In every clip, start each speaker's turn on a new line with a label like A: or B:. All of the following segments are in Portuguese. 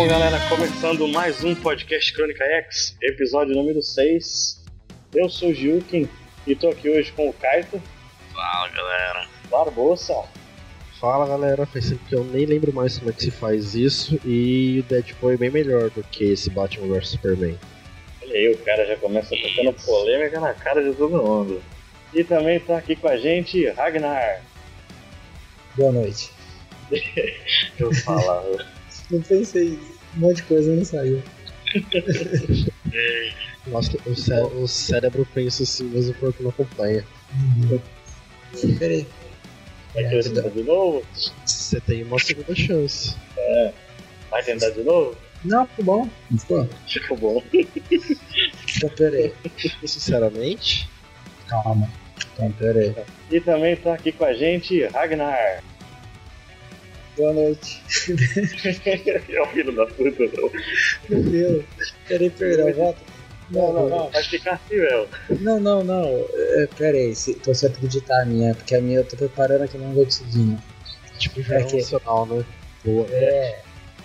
A: aí, galera, começando mais um podcast Crônica X, episódio número 6. Eu sou o Gilkin e tô aqui hoje com o Kaito,
B: Fala galera,
A: Barbosa,
C: Fala galera, faz tempo que eu nem lembro mais como é que se faz isso e o Deadpool é bem melhor do que esse Batman vs Superman.
A: olha aí, o cara já começa tocando
B: Isso.
A: polêmica na cara de todo mundo. E também tá aqui com a gente Ragnar.
D: Boa noite.
A: Eu falar,
D: Eu pensei um monte de coisa e não saiu.
C: Nossa, o, cé- o cérebro pensa assim, mas o corpo não acompanha.
D: Peraí.
A: vai querer tentar de novo?
C: Você tem uma segunda chance.
A: Vai tentar de novo?
D: Não, ficou bom. Não ficou?
A: Ficou bom.
D: Então, peraí.
C: Sinceramente,
D: Calma. Então, peraí.
A: E também tá aqui com a gente Ragnar.
D: Boa noite.
A: é o filho da puta, não.
D: Meu Deus. Peraí, peraí. Volta.
A: Não, não, não, vai ficar assim, velho.
D: Não, não, não. É, peraí. Se, tô se acreditar a minha, porque a minha eu tô preparando aqui, não vou conseguindo.
C: tipo, já é
D: que-
C: nacional, né? Boa.
D: É.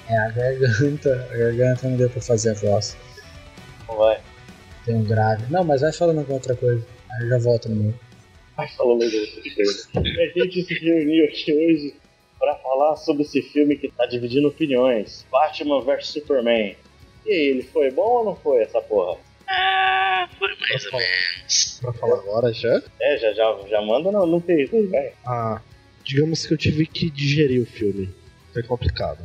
D: É a garganta. A garganta não deu pra fazer a voz.
A: Não vai.
D: Tem um grave. Não, mas vai falando alguma outra coisa. Aí eu já volto no meu.
A: Ai, falou logo de coisa. A gente se reuniu aqui hoje pra falar sobre esse filme que tá dividindo opiniões: Batman vs Superman. E aí, ele foi bom ou não foi essa porra?
B: foi mais ou menos.
C: Pra falar agora já?
A: É, já, já, já manda não, não tem isso aí, vai.
C: Ah, digamos que eu tive que digerir o filme. Foi complicado.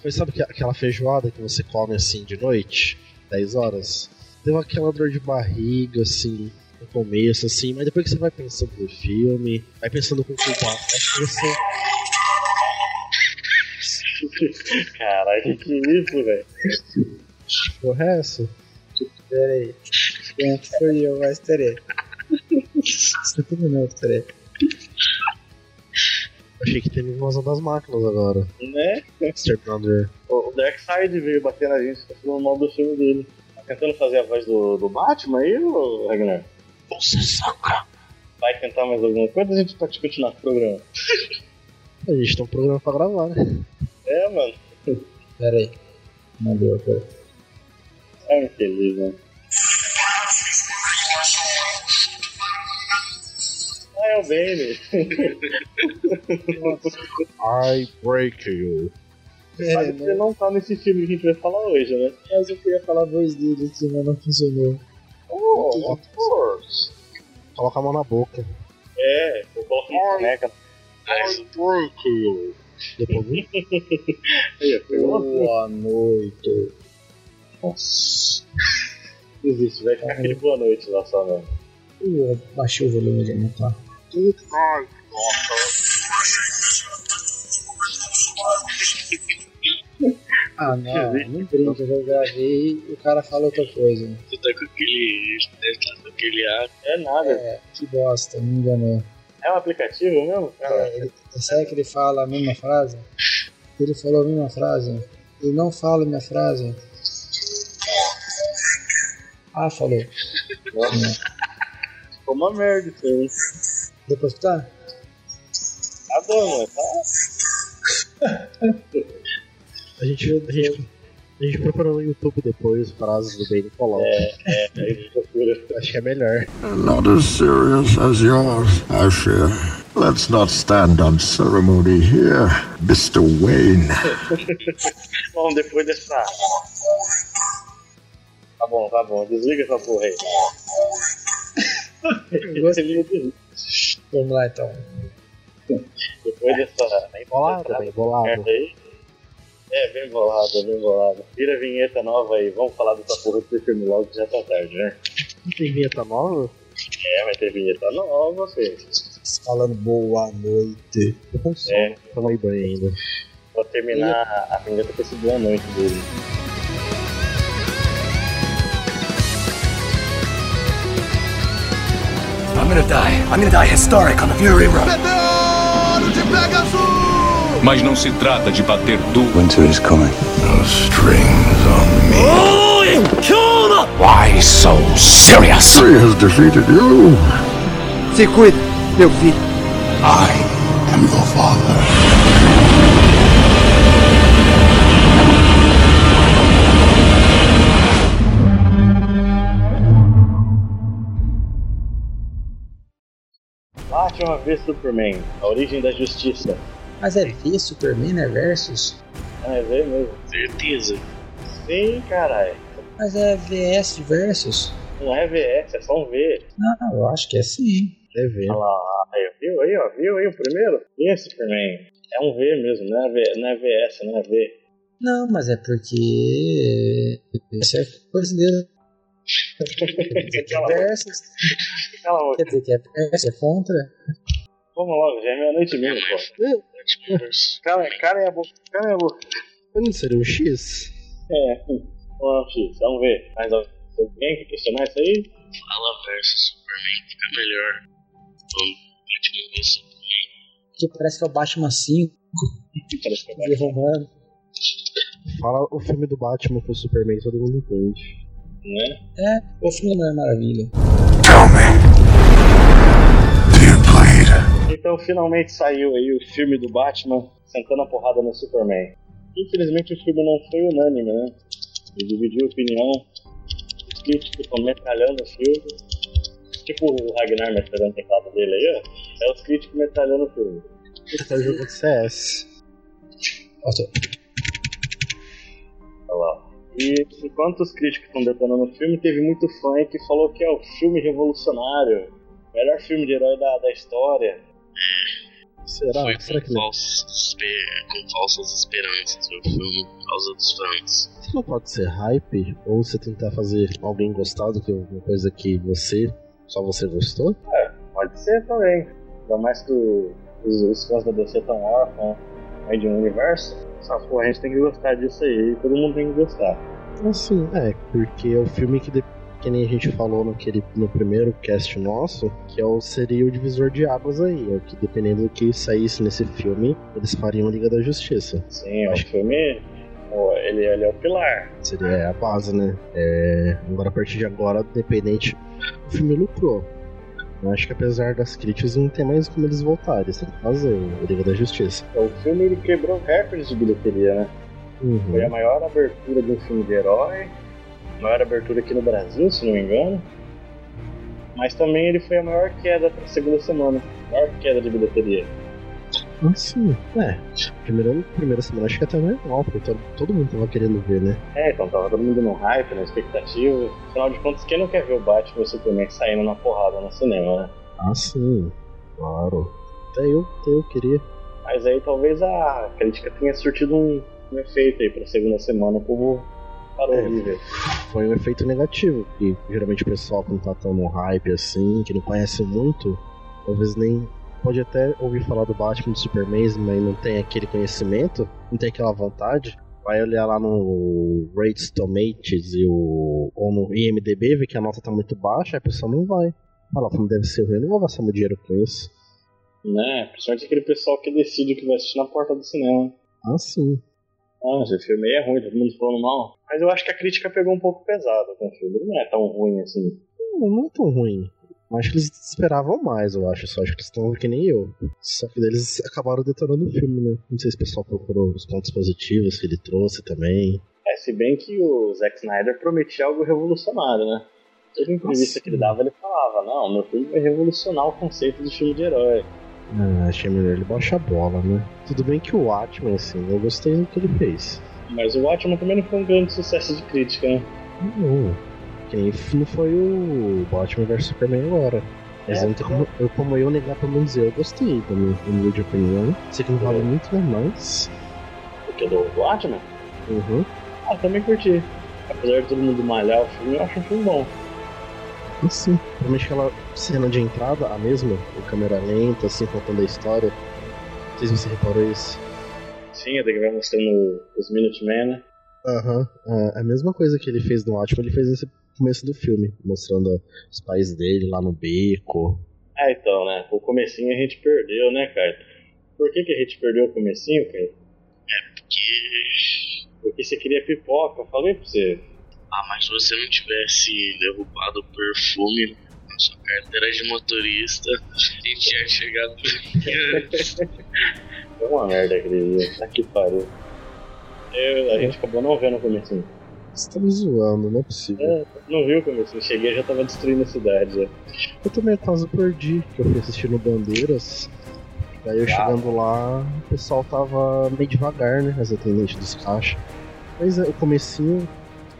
C: Foi, sabe que- aquela feijoada que você come assim de noite? 10 horas? Deu aquela dor de barriga, assim, no começo, assim, mas depois que você vai pensando no filme, vai pensando com o culpa, acho que você. assim,
A: Caralho, que isso, velho.
C: Tipo, o resto. é,
D: Peraí. Antes foi eu, mas peraí. Cinco minutos, peraí.
C: Achei que teve invasão das máquinas agora.
A: Né?
C: Exterminador.
A: O o Darkseid veio bater na gente, tá falando mal do filme dele. Tá tentando fazer a voz do, do Batman aí, ô, Ragnar?
B: Você saca.
A: Vai tentar mais alguma coisa? A gente pode continuar com o programa.
C: A gente tem um programa pra gravar, né?
A: É, mano.
D: Peraí. Não deu, peraí.
A: É infeliz, né? Ah, é o Bane.
C: I break you.
B: É,
A: Mas
B: né?
D: É,
A: ele não tá nesse filme que a gente vai falar hoje, né?
D: mas eu queria falar a voz dele aqui, mas não funcionou.
A: Oh, of course.
C: Coloca a mão na boca.
A: É, eu coloco uma caneca.
B: Mas o
C: break you. Depois
A: Aí, ó, pegou uma
D: Boa noite.
A: Nossa. Desiste, vai ficar aquele boa noite lá só, né? mano.
D: Uh, baixei o volume de mim, tá? Ah, não, não brinca, eu gravei e o cara fala outra coisa.
B: Você tá com aquele. Deve estar com aquele ar.
A: É nada.
D: É, que bosta, me enganou.
A: É um aplicativo mesmo? cara?
D: É, ele, será que ele fala a mesma frase? Ele falou a mesma frase? Ele não fala a minha frase? Ah, falou. Nossa.
A: Ficou uma merda isso aí.
D: Deu pra escutar?
A: Tá bom, mano. Tá
C: A gente, a gente, a gente procura no YouTube depois frases do Bane e
B: É,
C: coloca.
A: aí, procura.
C: É, Acho que é melhor.
E: Not as serious as yours, Asher. Let's not stand on ceremony here, Mr. Wayne.
A: Bom, depois dessa. Tá bom, tá bom. Desliga essa porra aí. Depois
D: Vamos lá então.
A: dessa.
C: Bem bolado, bem bolado.
A: merda aí. É, bem bolado, bem bolado. Vira a vinheta nova aí, vamos falar dessa porra desse filme logo que já tá tarde, né?
C: Não tem vinheta nova?
A: É, vai ter vinheta nova, filho.
D: Falando boa noite.
C: Tô com sono,
A: É,
C: tomei banho ainda.
A: vou terminar a vinheta com esse boa noite dele.
F: I'm gonna die. I'm gonna die historic on the Fury Road.
G: Mas não se trata de bater duro.
F: Winter is coming.
E: No strings on me.
F: Why so serious?
E: He has defeated you.
F: Se cuida, meu filho.
E: I am your father.
A: Batman vs Superman, a origem da justiça.
D: Mas é V, Superman, é Versus?
A: Ah, é ver mesmo.
B: Certeza.
A: Sim, caralho.
D: Mas é VS Versus?
A: Não é VS, é só um V.
D: Não, eu acho que é sim.
C: É ver.
A: Olha lá, aí, viu aí, ó, viu aí o primeiro? Esse Superman. É um V mesmo, não é, v, não é VS, não é V.
D: Não, mas é porque. Isso é coisa dele. Versus.
A: Cala a boca.
D: Quer dizer que é versus, é contra?
A: Vamos logo, já é meia-noite mesmo, pô. Cara, cara é a boca, cara é a boca.
C: Eu não seria um X?
A: É, não é um X, é um V. Mas ó, alguém quer questionar isso aí?
B: Fala versus Superman, fica melhor. Bom, Batman vs Superman.
D: Que parece que é o Batman 5
A: Parece que é
D: de Romano.
C: Fala o filme do Batman com o Superman, todo mundo entende.
A: né?
D: É, o filme da Mulher Maravilha.
F: Tell me. Dear Blade,
A: Então finalmente saiu aí o filme do Batman sentando a porrada no Superman. Infelizmente o filme não foi unânime, né? Ele dividiu opinião, os críticos estão metralhando o filme. Tipo o Ragnar metralhando o teclado dele aí, ó. É os críticos metralhando o filme.
C: Esse é o jogo de CS.
A: Olha Tá lá. E enquanto os críticos estão detonando o filme, teve muito fã que falou que é o filme revolucionário, melhor filme de herói da, da história.
C: Será?
B: Foi
C: Será que
B: com
C: não?
B: falsas, espe- com falsas esperanças o filme por causa dos fãs.
C: Você não pode ser hype? Ou você tentar fazer alguém gostar do que alguma coisa que você, só você gostou?
A: Pode ser também. Ainda mais que o- os, os fãs da DC estão órfãos aí de um universo. Essa porra, a gente tem que gostar disso aí, todo mundo tem que gostar.
C: Assim, é, porque é o filme que, de- que nem a gente falou naquele, no primeiro cast nosso, que é o, seria o divisor de águas aí. É o que, dependendo do que saísse nesse filme, eles fariam a Liga da Justiça.
A: Sim, ó, o filme, ó, ele, ele é o pilar.
C: Seria a base, né? É, agora, a partir de agora, dependente, o filme lucrou. Eu acho que apesar das críticas, não tem mais como eles voltarem. Eles têm que fazer a Liga da Justiça.
A: Então, O filme ele quebrou recordes de bilheteria, né?
C: Uhum.
A: Foi a maior abertura de um filme de herói, maior abertura aqui no Brasil, se não me engano. Mas também ele foi a maior queda pra segunda semana, maior queda de bilheteria.
C: Assim, é. Primeira, primeira semana acho que até normal, porque todo, todo mundo tava querendo ver, né?
A: É, então tava todo mundo no hype, na expectativa. Afinal de contas, quem não quer ver o Batman e o Superman saindo na porrada no cinema, né?
C: Ah, sim, claro. Até eu, até eu queria.
A: Mas aí talvez a crítica tenha surtido um, um efeito aí pra segunda semana, o povo parou
C: É.
A: de ver.
C: Foi um efeito negativo, que geralmente o pessoal que não tá tão no hype assim, que não conhece muito, talvez nem. Pode até ouvir falar do Batman do Superman, mas não tem aquele conhecimento, não tem aquela vontade. Vai olhar lá no Rates Tomates e o, ou no IMDB, vê que a nota tá muito baixa, aí a pessoa não vai. Fala, "Ah, não deve ser ruim, eu não vou gastar meu dinheiro com isso.
A: Né? Principalmente aquele pessoal que decide o que vai assistir na porta do cinema.
C: Ah, sim.
A: Ah, esse filme aí é ruim, todo mundo falando mal. Mas eu acho que a crítica pegou um pouco pesada com o filme. Ele não é tão ruim assim.
C: Não, não é tão ruim. Eu acho que eles esperavam mais, eu acho. Só acho que eles estão que nem eu. Só que eles acabaram detonando o filme, né? Não sei se o pessoal procurou os pontos positivos que ele trouxe também.
A: É, se bem que o Zack Snyder prometia algo revolucionário, né? Toda entrevista
C: Nossa.
A: que ele dava, ele falava: Não, meu filme vai revolucionar o conceito de filme de herói.
C: Ah, achei melhor ele baixar a bola, né? Tudo bem que o Watchmen, assim, eu gostei do que ele fez.
A: Mas o Watchmen também não foi um grande sucesso de crítica, né?
C: Não, que nem f- não foi o Batman vs Superman agora. Mas
A: É,
C: eu não tem como eu, como eu negar pra não dizer, eu gostei da minha humilde opinião. Sei que não vale muito, né? Mas.
A: Porque do Watchmen,
C: Uhum.
A: ah, eu também curti. Apesar de todo mundo malhar o filme, eu acho um filme bom.
C: Assim, principalmente aquela cena de entrada, a mesma, com câmera lenta, assim, contando a história. Não sei se você reparou isso.
A: Sim, até que vai mostrando os Minutemen, né?
C: Aham. ah, a mesma coisa que ele fez no Watchmen, ele fez nesse começo do filme, mostrando os pais dele lá no beco.
A: Ah, então, né? O comecinho a gente perdeu, né, cara? Por que, que a gente perdeu o comecinho, cara?
B: É Que.
A: Porque você queria pipoca, eu falei pra você.
B: Ah, mas se você não tivesse derrubado o perfume na sua carteira de motorista, a gente tinha chegado.
A: É Foi uma merda aquele dia. Tá que pariu. Eu- a gente acabou não vendo o comecinho.
C: Você tá me zoando, não é possível.
A: É, não viu como eu cheguei, já tava destruindo a cidade. já.
C: Eu também quase perdi, que eu fui assistindo Bandeiras. Daí eu chegando lá, o pessoal tava meio devagar, né? As atendentes dos caixas. Mas é, o comecinho,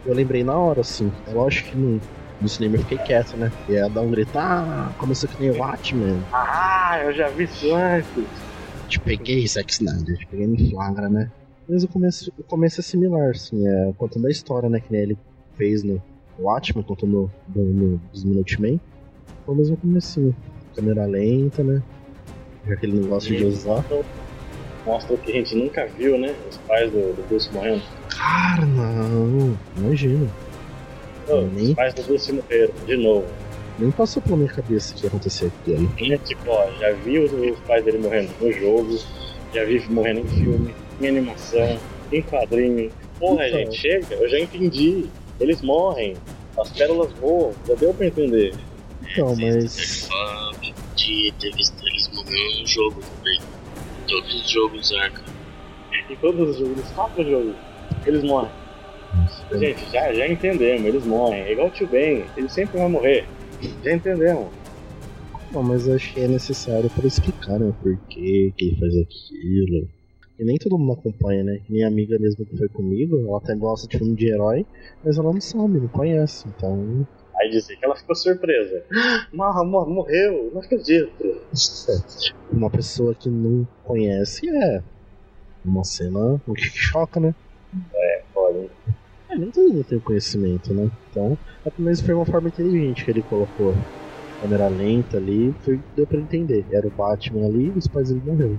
C: eu lembrei na hora, assim. É lógico que no, no cinema eu fiquei quieto, né? E ia dar um grito, ah, começou que nem o Watchmen.
A: Ah, eu já vi isso antes.
C: Te Tipo, peguei, Zack Snyder, te peguei no flagra, né? Mas o começo, o começo é similar, assim, é contando a história, né, que nem ele fez no Watchmen, contando no, no, dos Minutemen. Foi o mesmo comecinho. Câmera lenta, né? Já que ele não gosta de usar.
A: Mostra o que a gente nunca viu, né? Os pais do, do Bruce morrendo.
C: Cara, não! Imagina.
A: Oh,
C: Nem,
A: Os pais do Bruce morreram, de novo.
C: nem passou pela minha cabeça que ia acontecer aquilo.
A: né? Tipo, ó, já vi os, os pais dele morrendo no jogo, já vi morrendo em filme, em animação, em quadrinho. Porra,
C: Então.
A: gente, chega, eu já entendi. Eles morrem, as pérolas voam, já deu pra entender.
C: Então, mas.
B: Só de ter visto eles morrendo no jogo também. Todos os jogos né, Arca.
A: Em É, todos os jogos, nos quatro jogos, eles morrem. Gente, já, já entendemos, eles morrem. É igual o Tio Ben, ele sempre vai morrer. Já entendemos.
C: Não, mas eu acho que é necessário pra explicar, né? Por que que ele faz aquilo. E nem todo mundo acompanha, né? Minha amiga mesmo que foi comigo, ela até gosta de filme de herói, mas ela não sabe, não conhece. Então,
A: Aí dizer que ela ficou surpresa. Morra, morra, morreu, não acredito.
C: uma pessoa que não conhece é uma cena que choca, né?
A: Olha,
C: É, nem todo mundo tem conhecimento, né? Então, a primeira foi uma forma inteligente que ele colocou. Câmera lenta ali, foi- deu pra entender. Era o Batman ali e os pais dele morreram.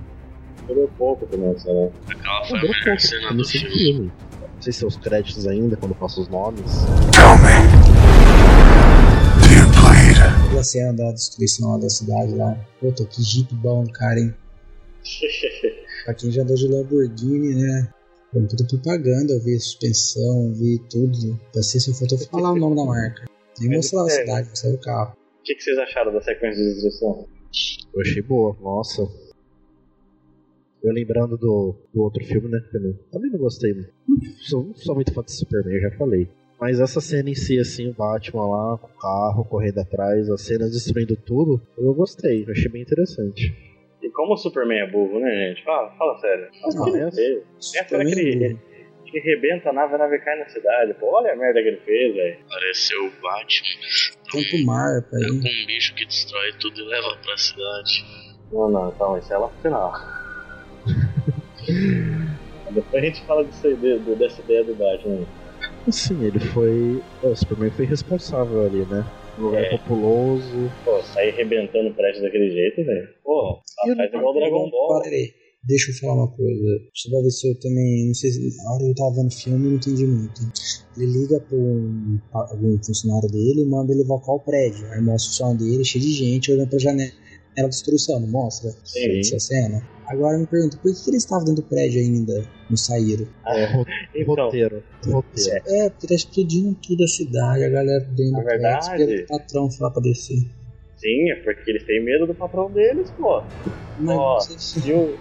A: demorou pouco pra lançar, né?
B: Aquela foi a
C: Lembrou
B: melhor
C: pouco,
B: cena do
C: comecei o
B: filme.
C: filme. Não sei se são os créditos ainda, quando passa os nomes.
F: Dear blade.
D: E a cena da destruição lá da cidade lá. Puta, que jeep bom, cara, hein? Pra quem já andou de Lamborghini, né? Foi tudo propaganda, eu vi suspensão, vi tudo. Passei só faltou falar o nome da marca. Nem
A: Mas
D: mostrar a
A: é.
D: cidade, mostrar o carro.
A: O que, que vocês acharam da sequência de instrução?
C: Eu achei boa, nossa. Eu lembrando do, do outro filme, né? que eu não- também não gostei muito. Sou, não sou muito fã de Superman, eu já falei. Mas essa cena em si, assim, o Batman lá, com o carro correndo atrás, as cenas destruindo tudo, eu gostei, eu achei bem interessante.
A: E como o Superman é burro, né, gente? Fala, fala sério.
D: Não,
A: Ele fez. Essa era aquele é- que rebenta a nave, a nave cai na cidade. Pô, olha a merda que ele fez, velho.
B: Apareceu o Batman.
D: Tanto marpa
B: É
D: aí.
B: com um bicho que destrói tudo e leva pra cidade.
A: Não, não, então, isso é lá pro final. Depois a gente fala disso aí, de- de- dessa ideia do Batman.
C: Assim, ele foi. é, O Superman foi responsável ali, né? Um lugar populoso.
A: Pô, sair rebentando o prédio daquele jeito, velho. Porra,
C: Eu
A: faz é igual o Dragon Ball.
D: Pera aí, Deixa eu falar uma coisa. Você vai ver se eu também. Não sei se. Na hora eu tava vendo filme, eu não entendi muito. Ele liga pra um, pra algum funcionário dele e manda ele evacuar o prédio. Aí mostra o som dele, cheio de gente, olhando pra janela de destruição, não mostra?
A: Sim.
D: Essa cena. Agora eu me pergunto, por que, que eles estavam dentro do prédio ainda? Não saíram?
C: É, ro-
A: Então,
C: roteiro. Roteiro.
D: É, porque tá explodindo tudo a cidade, a galera dentro
A: Na
D: do prédio,
A: É verdade-
D: esperando o patrão falar pra descer.
A: sim, é porque eles têm medo do patrão deles, pô.
D: Mas
A: Ó.
D: não sei se-
A: Se o,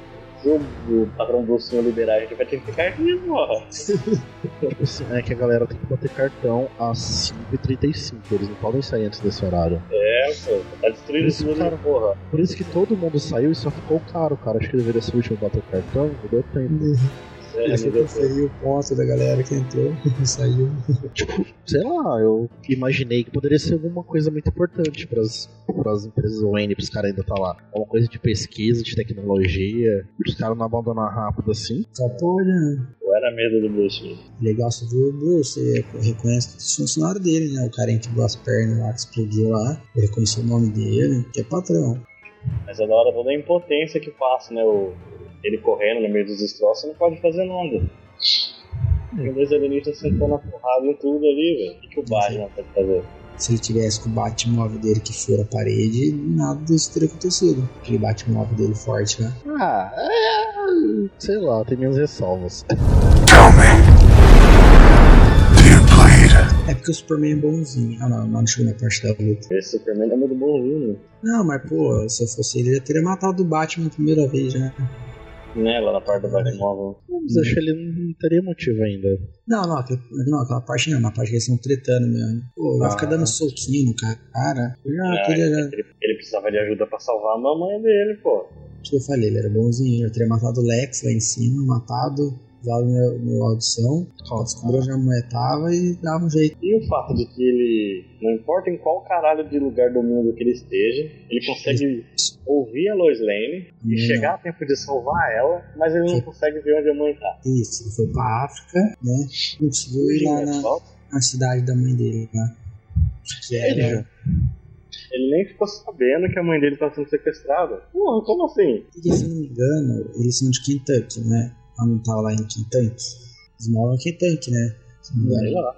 A: se o, o patrão do senhor liberar, a gente vai ter que ficar aqui, porra.
C: Tipo assim, é que a galera tem que bater cartão às 5h35, eles não podem sair antes desse horário.
A: É, pô, tá destruindo
C: Isso,
A: esse mundo,
C: cara.
A: porra.
C: Por isso que todo mundo saiu e só ficou caro, cara. Acho que deveria ser o último a bater o cartão, não deu tempo.
A: É,
D: Ele foi
A: meu Deus.
D: conferir o ponto da galera que entrou e saiu.
C: Sei lá, eu imaginei que poderia ser alguma coisa muito importante pras, pras empresas ON, pros caras ainda tá lá. Alguma coisa de pesquisa, de tecnologia, os caras não abandonar rápido assim.
D: Só pô, olhando.
A: Eu era medo do Bruce. Lee.
D: né? Legal, você viu o Bruce, você reconhece o funcionário dele, né? O carinha que deu as pernas lá, que explodiu lá. Eu reconheci o nome dele, que é patrão.
A: Mas é da hora toda a impotência que passa, né? O, ele correndo no meio dos destroços, não pode fazer nada. Tem dois alienígenas sentando a porrada em tudo ali, velho. O que, que o Batman pode fazer?
D: Se ele tivesse com o Batmóvel dele que fura a parede, nada disso teria acontecido. Aquele Batmóvel dele forte, né?
C: Ah, é... sei lá, tem minhas ressalvas.
F: Dear blade.
D: É porque o Superman é bonzinho. Ah, não, não chegou na parte da luta.
A: Esse Superman é muito bonzinho.
D: Não, mas pô, se eu fosse ele, eu já teria matado o Batman a primeira vez, né?
A: né? Lá na parte do Batmóvel.
C: Mas acho que ele não teria motivo ainda.
D: Não, não, aquela- não, aquela parte não, na parte que eles estão tretando mesmo. Pô, vai ficar dando soquinho no cara. Cara, eu já
A: Ah,
D: queria. já-
A: Ele, ele precisava de ajuda pra salvar a mamãe dele, pô.
D: que eu falei, ele era bonzinho. Eu teria matado o Lex lá em cima, matado, dado meu, meu audição, descobriu onde a mulher tava e dava um jeito.
A: E o fato de que ele, não importa em qual caralho de lugar do mundo que ele esteja, ele consegue ouvir a Lois Lane e
D: Não.
A: chegar a tempo de salvar ela, mas ele não consegue ver onde a mãe tá.
D: Isso, ele foi pra África, né? Conseguiu ir lá
A: é
D: na, na cidade da mãe dele, né? Que era.
A: Ele nem ficou sabendo que a mãe dele tá sendo sequestrada. Porra, como assim?
D: Porque, se eu não me engano, eles são de Kentucky, né? Ela não tava lá em Kentucky. Eles moram em Kentucky, né? Se não me engano.
A: Sei lá.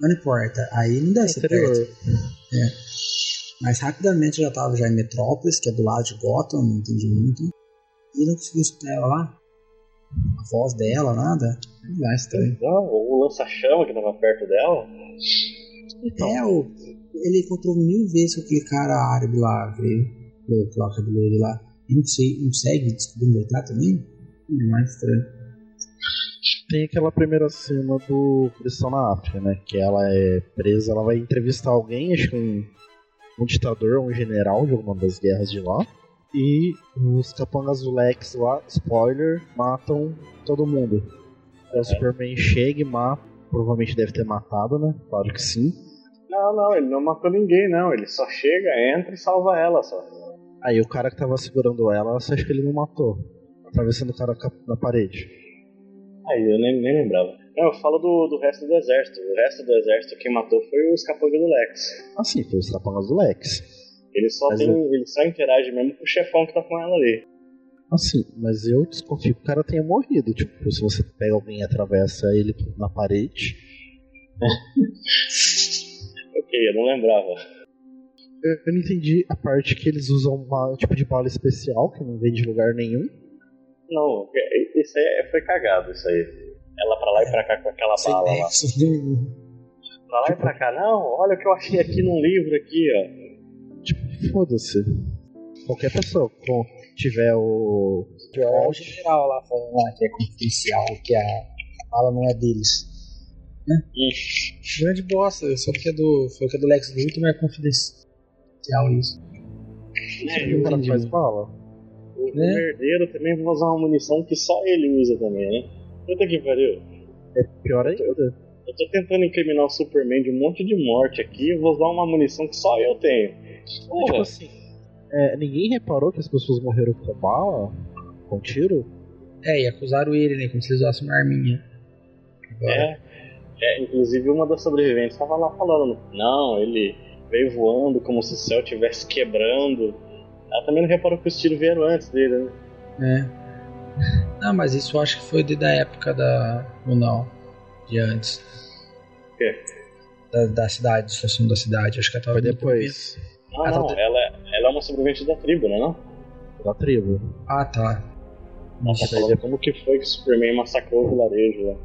D: Mas não importa, aí não deve ser perto. É. Mas rapidamente eu já tava já em Metrópolis, que é do lado de Gotham, não entendi muito. E não consegui escutar ela lá. A voz dela, nada. Não dá estranho.
A: Não, o lança-chama que tava perto dela.
D: É, o, ele encontrou mil vezes com aquele cara árabe lá, veio, louco lá, cabelo dele lá. E não sei, não segue, descobriu onde ele tá também? Não mais estranho.
C: Tem aquela primeira cena do Cristão na África, né? Que ela é presa, ela vai entrevistar alguém, acho que um, um ditador, um general de alguma das guerras de lá. E os capangas do Lex lá, spoiler, matam todo mundo. Aí o Superman chega e mata, provavelmente deve ter matado, né? Claro que sim.
A: Não, não, ele não matou ninguém, não. Ele só chega, entra e salva ela só.
C: Aí o cara que tava segurando ela, você acha que ele não matou? Atravessando o cara ca- na parede.
A: Aí eu nem, nem lembrava. Não, eu falo do, do resto do exército. O resto do exército quem matou foi os capangas do Lex.
C: Assim, foi os capangas do Lex.
A: Ele só,
C: Mas
A: tem, um,
C: eu-
A: ele só interage mesmo com o chefão que tá com ela ali.
C: Assim, mas eu desconfio que o cara tenha morrido. Tipo, se você pega alguém e atravessa ele na parede.
A: Ok, eu não lembrava.
C: Eu eu não entendi a parte que eles usam uma- um tipo de bala especial que não vem de lugar nenhum.
A: Não, isso aí foi cagado, isso aí. Ela pra lá e pra cá com aquela
D: Sem
A: bala lá.
D: nexo nenhum.
A: Pra
D: Tipo,
A: lá e pra cá, não, olha o que eu achei aqui num livro aqui, ó.
C: Tipo, foda-se. Qualquer pessoa com tiver o.
D: É o general lá falando lá que é confidencial, que a, a bala não é deles.
A: Ixi,
D: Grande bosta, só porque é do, foi que é do Lex Luthor, mas é confidencial isso.
A: né,
C: o cara
D: é, entendi.
C: faz bala.
A: o
D: Né?
A: merdeiro também vai usar uma munição que só ele usa também, né? Puta que pariu.
C: Pior ainda.
A: Eu tô tentando incriminar o Superman de um monte de morte aqui, eu vou usar uma munição que só eu tenho.
C: Tipo
A: Porra,
C: assim, é, ninguém reparou que as pessoas morreram com bala? Com tiro?
D: É, e acusaram ele, né? Como se eles usassem uma arminha.
A: é, é, inclusive uma das sobreviventes tava lá falando, não, ele veio voando como se o céu estivesse quebrando. Ela também não reparou que os tiros vieram antes dele, né?
D: É. Não, mas isso eu acho que foi de- da época da. Ou não. De antes.
A: quê?
D: Da, da cidade, do assunto da cidade. Acho que ela tava
C: Foi
D: no
C: depois
A: Não,
D: Ah, tá
A: não,
D: bem.
A: ela, ela é uma sobrevivente da tribo, né? Não?
C: da tribo.
D: começo. Ah, tá.
A: Tá
D: Nossa,
A: falando como que foi que o Superman massacrou o vilarejo lá.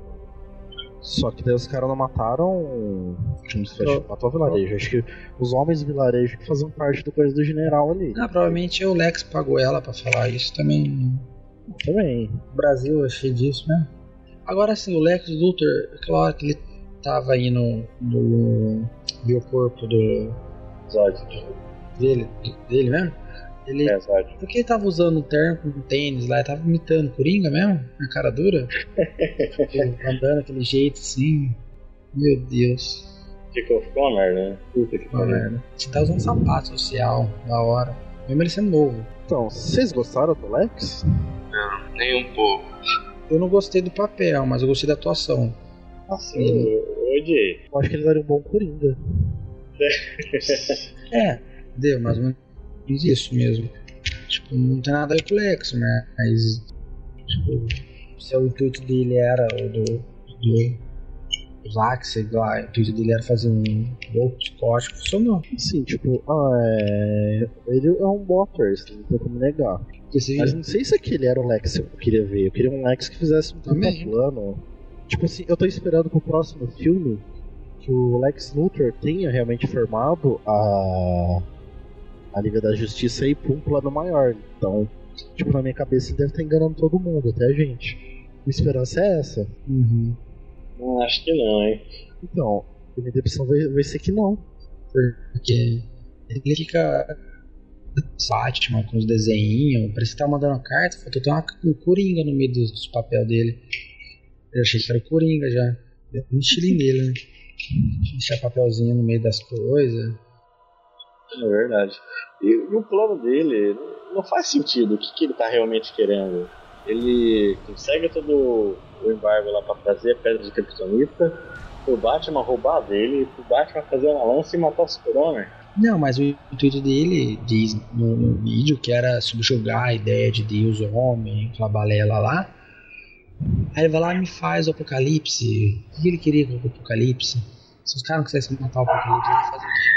C: Só que daí os caras não mataram. Não sei, acho que matou o vilarejo. Acho que os homens do vilarejo que faziam parte do coisa do general ali.
D: Ah, provavelmente o Lex pagou ela pra falar isso também.
C: Também.
D: O Brasil é cheio disso mesmo. Agora sim, o Lex Luthor, aquela hora que ele tava indo no. viu o corpo do,
A: Zod.
D: dele, dele mesmo? Ele
A: É, Zod.
D: Por que ele tava usando um terno com um tênis lá? Ele tava imitando Coringa mesmo? Na cara dura? Ele Andando daquele jeito assim. Meu Deus.
A: Ficou, ficou uma merda, né? Puta que
D: Uma merda. Você tá usando sapato social, da hora. Mesmo ele sendo novo.
C: Então, vocês gostaram do Lex?
B: Nem um pouco.
D: Eu não gostei do papel, mas eu gostei da atuação.
A: Nossa, eu, eu odiei.
C: Eu acho que ele daria um bom coringa.
D: É, deu mais ou menos isso mesmo. Tipo, não tem nada a ver com o Lex, né? Mas. Tipo, se o intuito dele era o do. do os Axis lá, o intuito dele era fazer um golpe psicótico, funcionou.
C: Assim, tipo, ah, é... ele é um bom ator, isso não tem como negar.
D: Porque se
C: Mas não sei se aquele era o Lex que eu queria ver. Eu queria um Lex que fizesse um puta
D: Também.
C: plano. Tipo assim, eu tô esperando pro próximo filme que o Lex Luthor tenha realmente formado a, a Liga da Justiça aí pra um plano maior. Então, Tipo, na minha cabeça ele deve estar enganando todo mundo, até a gente. A esperança é essa.
D: Uhum.
A: Hum, acho que não, hein?
C: Então, a minha decepção vai, vai ser que não.
D: Porque ele fica Batman com os desenhinhos, parece que tá mandando carta, porque tem uma, um Coringa no meio dos, dos papel dele. Eu achei que era o Coringa já. Eu não estilei nele, né? Deixar papelzinho no meio das coisas.
A: É verdade. E, e o plano dele não faz sentido. O que, que ele tá realmente querendo? Ele consegue todo o embargo lá pra trazer a pedra de criptonita, pro Batman roubar a dele, pro Batman fazer uma lança e matar o Super-Homem.
D: Não, mas o intuito dele diz no, no vídeo que era subjugar a ideia de Deus, homem, aquela balela lá. Aí ele vai lá e me faz o apocalipse. O que ele queria com o apocalipse? Se os caras não quisessem matar o apocalipse, ele ia fazer o quê?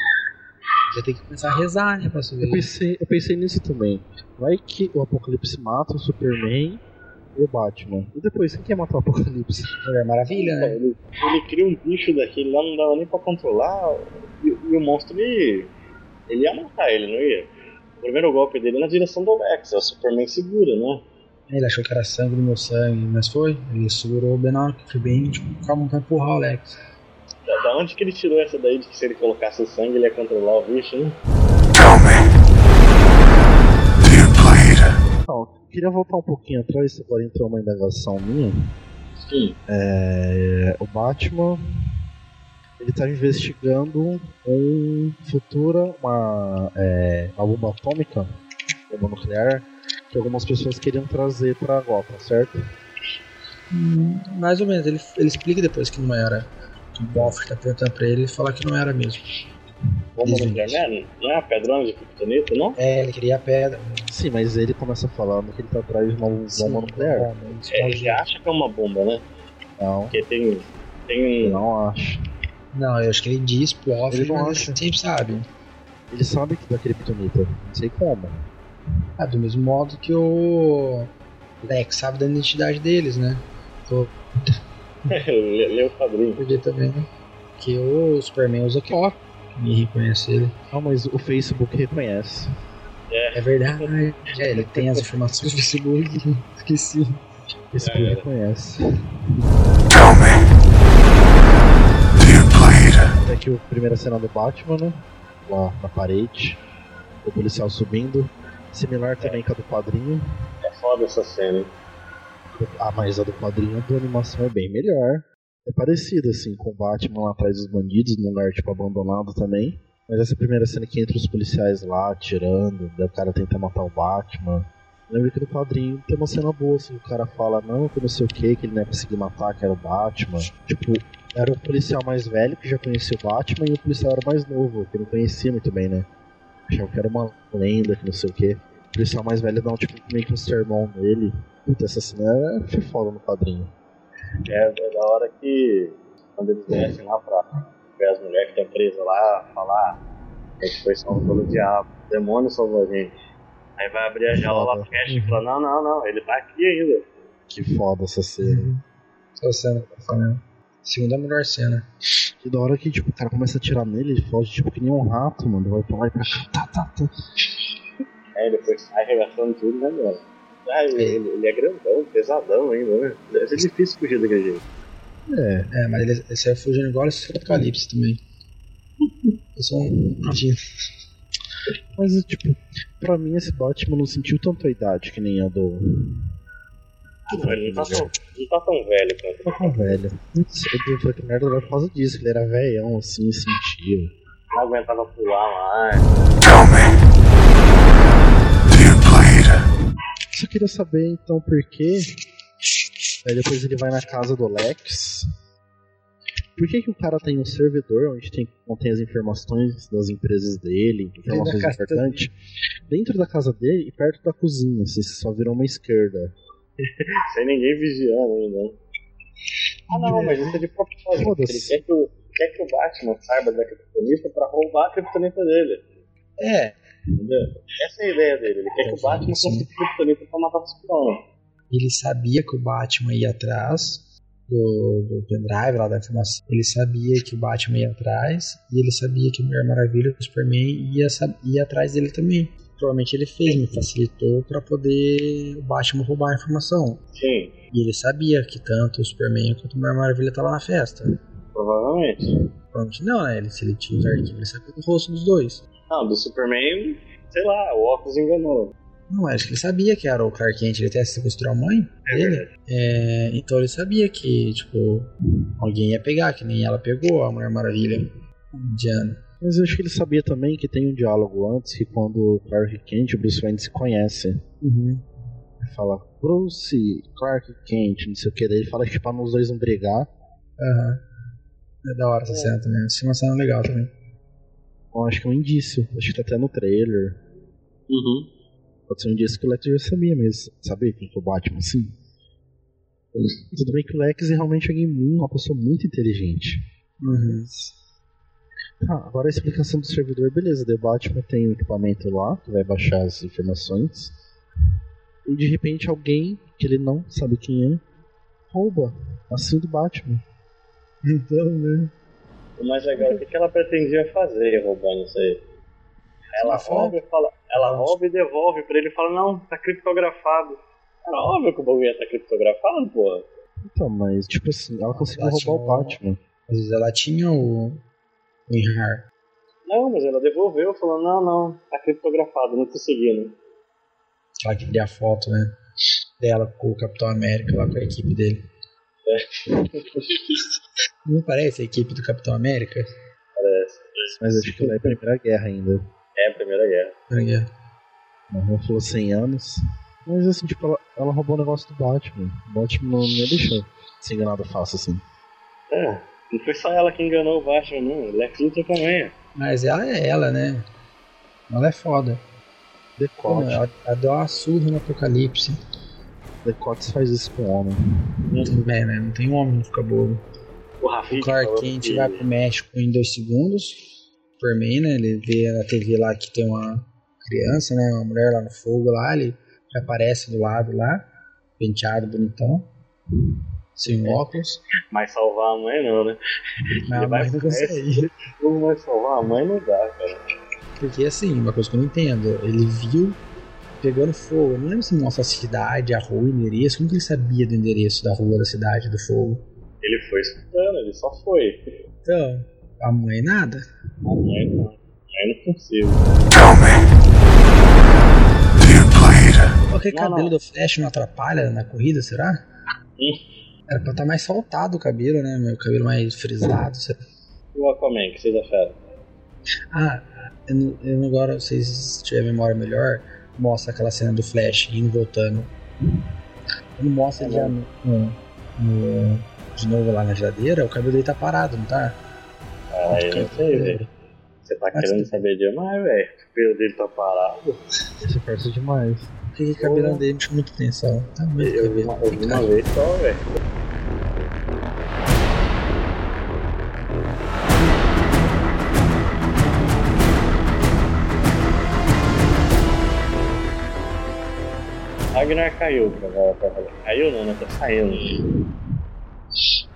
D: Vai ter que começar a rezar, né, pra subir.
C: Eu pensei, eu pensei nisso também. Vai que o Apocalipse mata o Superman e o Batman. E depois, quem quer matar o Apocalipse?
D: Mulher Maravilha, né?
A: Ele, ele cria um bicho daquele lá, não dava nem pra controlar, e, e o monstro ele, ele ia matar ele, não ia? O primeiro golpe dele é na direção do Lex, é o Superman segura, né?
D: Ele achou que era sangue do meu sangue, mas foi. Ele segurou o Benock, foi bem, tipo, calma, vai empurrar o Alex.
A: Da, da onde que ele tirou essa daí de que se ele colocasse o sangue ele ia controlar o bicho, né? hein?
F: Tell me. Dear Blade.
C: Então, queria voltar um pouquinho atrás, agora entrou uma indagação minha.
A: Sim.
C: É, o Batman ele tá investigando um futura uma, é, uma bomba atômica, bomba nuclear, que algumas pessoas queriam trazer pra Gotham, certo?
D: Hum, Mais ou menos, ele, ele explica depois que não era. Que o Boff tá perguntando pra ele e fala que não era mesmo.
A: Vamos
D: Sim.
A: no Superman? Não é a pedrona de criptonita, não?
D: É, ele queria a pedra.
C: Sim, mas ele começa falando que ele tá atrás de uma bomba
D: Sim,
C: nuclear. Então,
D: bom, ele
A: É,
D: esconde.
A: ele acha que é uma bomba, né?
C: Não,
A: Porque tem, tem
C: eu
A: um
C: não acho.
D: Não, eu acho que ele diz pro Off,
C: Ele não
D: mas
C: acha.
D: ele sempre sabe.
C: Ele sabe que da criptonita, não sei como.
D: Ah, do mesmo modo que o Lex sabe da identidade deles, né?
A: Lê lê o quadrinho.
D: Porque também, né? Que o Superman usa que ó, me reconhece ele.
C: Ah, mas o Facebook reconhece.
D: É verdade. É, ele tem as informações do Facebook. Esqueci.
C: Esse povo reconhece.
F: Tell me. Dear Blade.
C: Até que a primeira cena do Batman, né? Lá na parede. O policial subindo. Similar também com a do quadrinho.
A: É foda essa cena, hein?
C: Ah, mas a do quadrinho da animação é bem melhor. É parecida, assim, com o Batman lá atrás dos bandidos, num lugar, tipo, abandonado também. Mas essa primeira cena que entra os policiais lá, atirando, daí o cara tenta matar o Batman. Eu lembro que no quadrinho tem uma cena boa, assim, o cara fala não, que não sei o que, que ele não ia conseguir matar, que era o Batman. Tipo, era o policial mais velho que já conhecia o Batman e o policial era mais novo, que não conhecia muito bem, né? Achava que era uma lenda, que não sei o que. O policial mais velho dá um tipo meio que um sermão nele. Puta, essa cena era- foi foda no quadrinho.
A: É, é da hora que quando eles descem lá pra ver as mulheres que estão presas lá, falar que a gente foi salvo pelo diabo, o demônio salvou a gente. Aí vai abrir a jaula, ela fecha e fala, não, não, não, ele tá aqui ainda.
C: Que foda essa cena.
D: Só cena que eu tô falando. Segunda melhor cena.
C: E da hora que tipo, o cara começa a atirar nele, ele foge tipo que nem um rato, mano. Vai pra lá e pra cá. Tá, tá, tá.
A: Aí depois sai arregaçando tudo, né, mano? Ah, ele, ele- ele é grandão, pesadão ainda, né? Deve ser difícil fugir daquele jeito.
C: É,
D: É, mas ele, ele saiu fugindo igual esse Apocalipse também. Eu sou um. Enfim.
C: mas tipo, pra mim esse Batman não sentiu tanto a idade que nem a do.
A: Não, ele não tá tão, não tá tão velho quanto.
C: Tá com velho. Isso, Eu falei que merda era por causa disso, que ele era velhão assim, sentia.
A: Não aguentava pular mais.
F: Tell me. Dear Blade.
C: Só queria saber então por quê. Aí depois ele vai na casa do Lex. Por que, que o cara tem um servidor onde tem, contém as informações das empresas dele, é informações
D: casa
C: importantes, dentro da casa dele e perto da cozinha, assim, só virou uma esquerda.
A: Sem ninguém vigiando ainda. né? Ah não, mas isso é de propósito. porque Ele
C: Ah, Foda-se.
A: quer que, o, quer que o Batman saiba da criptonita pra roubar a criptonita dele.
D: É,
A: Entendeu? Essa é a ideia dele. Ele quer que o Batman
D: Sim.
A: consiga a criptonita pra matar o Superman.
D: ele sabia que o Batman ia atrás do, do pendrive lá da informação. Ele sabia que o Batman ia atrás e ele sabia que o Mulher Maravilha e o Superman ia, sa- ia atrás dele também. provavelmente ele fez, me facilitou pra poder o Batman roubar a informação.
A: Sim,
D: E ele sabia que tanto o Superman quanto a Mulher Maravilha estavam na festa.
A: provavelmente.
D: Provavelmente não, né? Ele, se ele tiver arquivo, ele sabia o rosto dos dois.
A: Não, do Superman, sei lá, o óculos enganou.
D: Não, acho que ele sabia que era o Clark Kent, ele até sequestrou a mãe dele. É, então ele sabia que, tipo, alguém ia pegar, que nem ela pegou a Mulher Maravilha. Diana.
C: Mas eu acho que ele sabia também que tem um diálogo antes que quando o Clark Kent e o Bruce Wayne se conhecem.
D: Uhum.
C: Ele fala, Bruce, Clark Kent, não sei o que. Daí ele fala que tipo, pra os dois não brigar.
D: Aham. É da hora essa cena também. Essa é uma cena legal também.
C: Então acho que é um indício. Acho que tá até no trailer.
A: Uhum.
C: Pode ser um indício que o Lex já sabia mesmo. Sabia quem que é o Batman, sim. Tudo bem que o Lex é realmente alguém, mu- uma pessoa muito inteligente.
D: Uhum.
C: Tá, agora a explicação do servidor, beleza, o Batman tem um equipamento lá que vai baixar as informações. E de repente alguém que ele não sabe quem é rouba assim do Batman. Então, né?
A: O mais legal, o que, que ela pretendia fazer roubando isso aí? Ela
D: Uma foto?
A: rouba, e fala, ela
D: Onde?
A: rouba e devolve pra ele e fala, não, tá criptografado. Era óbvio que o bagulho ia tá criptografado, porra.
C: Então, mas tipo assim, ela conseguiu
D: Batman.
C: roubar o Batman.
D: Às vezes ela tinha o. O Inhar.
A: Não, mas ela devolveu, falou, não, não, tá criptografado, não conseguindo.
D: Ela queria a foto, né? Dela com o Capitão América lá com a equipe dele. É. Não parece a equipe do Capitão América?
A: Parece.
C: Mas acho que ela é a Primeira Guerra ainda.
A: É a Primeira Guerra.
D: Olha,
C: Ela falou 100 anos. Mas assim, tipo, ela, ela roubou o negócio do Batman. O Batman não me deixou ser enganado fácil assim.
A: É, não foi só ela que enganou o Batman, não. O Lex Luthor também.
D: Mas ela é ela, né? Ela é foda. Mano,
C: Decote.
D: ela, ela deu uma surra no apocalipse.
C: Decote faz isso com o homem.
D: Também, né? Não tem homem que fica bobo.
A: O Rafi.
D: O Clark Kent né? vai pro México em dois segundos. Superman, né? Ele vê na TV lá que tem uma criança, né? Uma mulher lá no fogo lá. Ele já aparece do lado lá. Penteado, bonitão. Sem óculos.
A: Mas salvar a mãe não, né?
D: Mas é a
A: vai
D: mãe não
A: pro México.
D: consegue.
A: Não vai salvar a mãe, não dá, cara.
D: Porque assim, uma coisa que eu não entendo. Ele viu pegando fogo. Eu não lembro se mostra a cidade, a rua, o endereço. Como que ele sabia do endereço da rua, da cidade, do fogo?
A: Ele foi escutando, ele só foi.
D: Então, a mãe nada.
A: A mãe não. A mãe não consigo.
F: Tell me. Do you bleed?
D: Porque
A: Não,
D: cabelo
A: não.
D: do Flash não atrapalha na corrida, será? Era pra estar mais soltado o cabelo, né? Meu cabelo mais frisado. sei lá.
A: E o Aquaman, que vocês acharam?
D: Ah, eu não- eu não- agora, se vocês tiverem memória melhor, mostra aquela cena do Flash indo e voltando. Quando mostra ele já no, no- no- de novo lá na geladeira, o cabelo dele tá parado, não tá?
A: Ah, eu não sei, velho. Você tá
D: Acho
A: querendo
D: que-
A: saber demais, velho. O cabelo dele tá parado.
C: Isso parece demais.
D: Porque o cabelão dele me chama muita atenção. Tá muito cabelo.
A: Uma, uma vez só, velho. Ragnar caiu, pra pra- pra- caiu não, né? Tá saindo.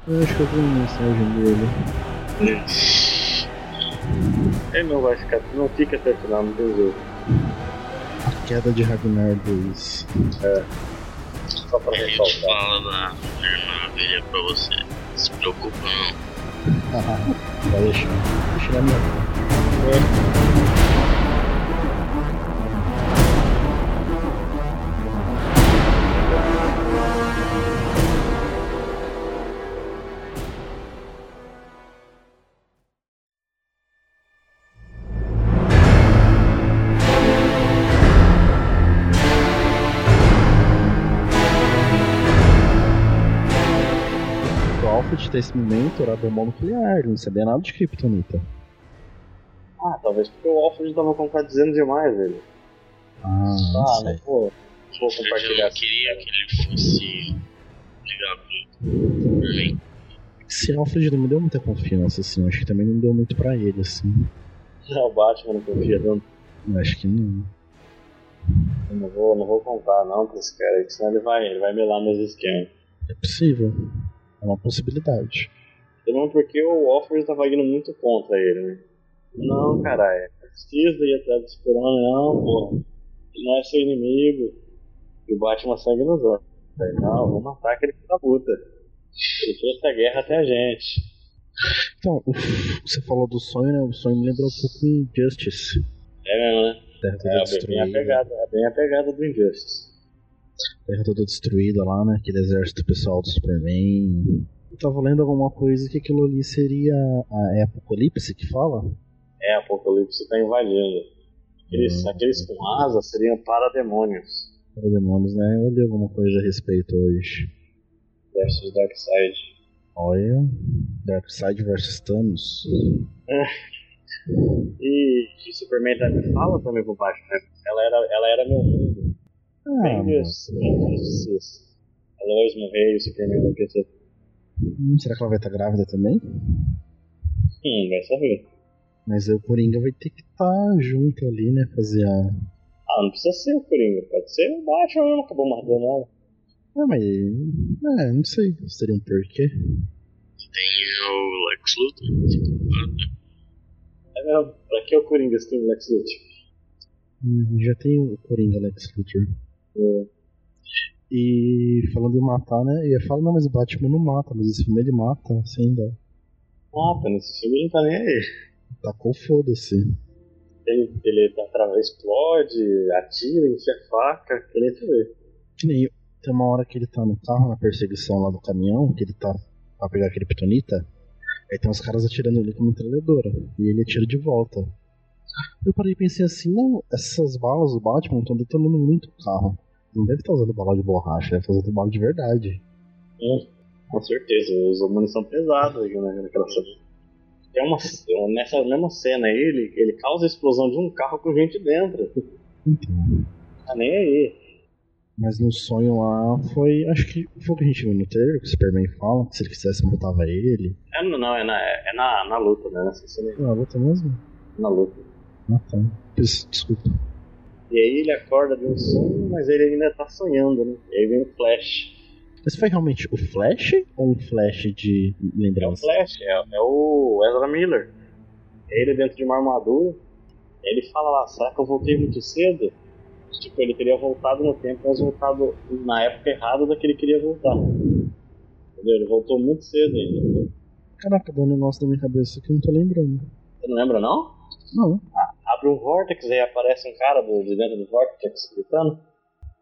C: Eu acho que eu vi uma mensagem dele.
A: Ele não vai ficar, não fica até o final, não tem jeito.
C: A queda de Ragnar 2.
A: Só pra
B: A gente
A: ressaltar.
B: fala da Mulher Maravilha pra você. Não se preocupa não.
C: Vai deixar. Deixa na minha O Alfred até esse momento era bomba nuclear, ele não sabia nada de Kryptonita.
A: Ah, talvez porque o Alfred tava compartilhando demais, velho.
C: Ah,
A: Ah, não vou, não vou
B: Eu
A: compartilhar.
B: não queria que ele fosse ligar pro Superman.
C: Esse Alfred não me deu muita confiança, assim. eu Acho que também não deu muito pra ele, assim.
A: Não, o Batman não confia tanto.
C: Eu Acho que não.
A: Eu não vou, não vou contar não pra esse cara aí, que senão ele vai, ele vai melar meus esquemas.
C: É possível. É uma possibilidade.
A: Também porque o Alfred tava indo é muito contra ele, né? Não, caralho, precisa ir atrás do super não, porra. ele não é seu inimigo. E o Batman sangue nos olhos. Falei, Não, vou matar aquele filho da puta. Ele trouxe a guerra até a gente.
C: Então, o- você falou do sonho, né? O sonho me lembra um pouco Injustice.
A: É mesmo, né?
C: Terra toda
A: É bem a
C: destruída.
A: pegada, é bem a pegada do Injustice.
C: Terra toda destruída lá, né? Aquele exército pessoal do Superman. Eu tava lendo alguma coisa que aquilo ali seria a é Apocalipse que fala?
A: É, Apocalipse tá invadindo. Aqueles,
C: Hum.
A: aqueles com asas seriam parademônios.
C: Para demônios, né? Eu li alguma coisa a respeito hoje.
A: Versus Darkseid.
C: Olha, Darkseid versus Thanos.
A: E o Superman também fala também pro Batman, né? Ela era, ela era meu mundo.
C: Ah,
A: Bem
C: mano,
A: isso, bem isso. A Lois morreu e o Superman não pensou.
C: hum, será que ela vai estar grávida também?
A: Hum, vai saber.
C: Mas aí o Coringa vai ter que estar junto ali, né? Fazer a.
A: Ah, não precisa ser o Coringa, pode ser o Batman mesmo, acabou matando ela.
C: Ah, mas. É, não sei. Seria um porquê.
B: Tem É o Lex Luthor.
A: É mesmo, pra que o Coringa se tem o Lex Luthor?
C: Hum, Já tem o Coringa né, Lex Luthor.
A: É.
C: E falando em matar, né? Eu ia falar, não, mas o Batman não mata, mas esse filme ele mata, assim, ainda.
A: Mata, nesse filme ele não tá nem aí.
C: Tacou foda-se.
A: Ele, ele tá tra- explode, atira, enfia a faca, queria te ver.
C: Que nem tem uma hora que ele tá no carro, na perseguição lá do caminhão, que ele tá pra pegar aquele pitonita, aí tem uns caras atirando ele com metralhadora, e ele atira de volta. Eu parei e pensei assim, não, essas balas do Batman estão detonando muito o carro. Não deve estar usando bala de borracha, deve estar usando bala de verdade.
A: Com certeza, usou munição pesada ali na- naquela né, cena. Tem uma, nessa mesma cena aí, ele, ele causa a explosão de um carro com gente dentro.
C: Então.
A: Tá nem aí.
C: Mas no sonho lá foi. Acho que foi o que a gente viu no trailer, que o Superman fala, que se ele quisesse matava ele.
A: É, no- não, é na, é na, na luta, né? Nessa cena aí,
C: Ah, luta mesmo?
A: na luta.
C: Ah, tá. Des- Desculpa.
A: E aí ele acorda de um sonho, mas ele ainda tá sonhando, né? E aí vem o flash.
C: Mas foi realmente o Flash ou um Flash de
A: É o
C: lembrança?
A: flash, é, é o Ezra Miller. É Ele dentro de uma armadura. Ele fala lá, será que eu voltei muito cedo? Tipo, ele teria voltado no tempo, mas voltado na época errada da que ele queria voltar. Entendeu? Ele voltou muito cedo ainda.
C: Caraca, deu um negócio na minha cabeça que eu não tô lembrando.
A: Você não lembra, não?
C: Não.
A: Abre um Vortex, aí aparece um cara do, de dentro do Vortex gritando.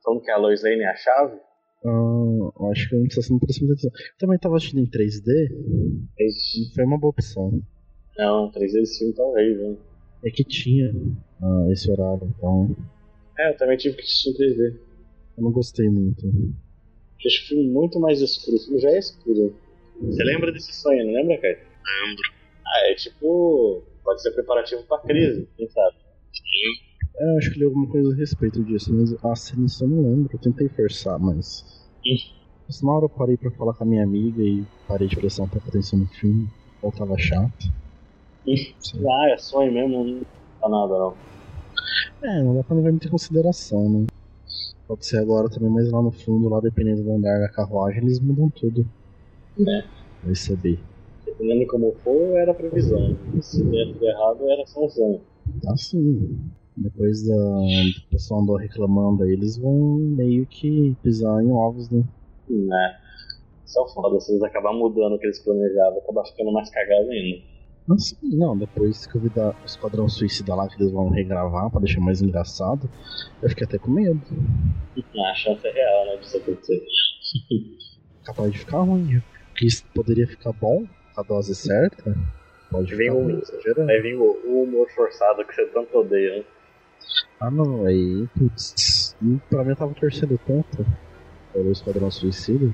A: Falando que a Lois Lane é a chave.
C: Ah, eu acho que eu não sei se não prestei muita atenção. Também tava assistindo em 3D,
A: Ixi,
C: foi uma boa opção.
A: Não, três vezes sim, talvez, né? hein?
C: É que tinha ah, esse horário, então
A: É, eu também tive que assistir em 3D.
C: eu não gostei muito.
A: Acho o filme muito mais escuro. O filme já é escuro. Você lembra desse sonho, não lembra, cara?
B: Lembro.
A: Ah, é tipo. Pode ser preparativo pra crise, quem sabe?
C: É, eu acho que li alguma coisa a respeito disso, mas a cena em si eu não lembro. Eu tentei forçar, mas. Mas na hora eu parei pra falar com a minha amiga e parei de prestar um pouco atenção no filme, ou tava chato. Sim.
A: Ah, é sonho mesmo, não tá nada não.
C: É, não dá pra levar muito em consideração, né? Pode ser agora também, mas lá no fundo, lá dependendo do andar da carruagem, eles mudam tudo.
A: É.
C: Vai saber.
A: Dependendo como for, era previsão. Se der tudo errado, era só um sonho.
C: Tá sim. Depois da o pessoal andou reclamando aí, eles vão meio que pisar em ovos, né?
A: Hum, É. Só foda, se eles acabar mudando o que eles planejavam, acabar ficando mais cagado ainda.
C: Mas, não, depois que eu vi da o Esquadrão Suicida lá, que eles vão regravar pra deixar mais engraçado, eu fiquei até com medo.
A: Ah, a chance é real, né, disso acontecer.
C: Capaz de ficar ruim. Que isso poderia ficar bom, a dose certa. Pode
A: Vem
C: ficar
A: o-
C: ruim, exagerando.
A: Aí vem o, o humor forçado que você tanto odeia, né?
C: Ah não, aí, putz, hum, pra mim eu tava torcendo tanto pelo Esquadrão Suicida.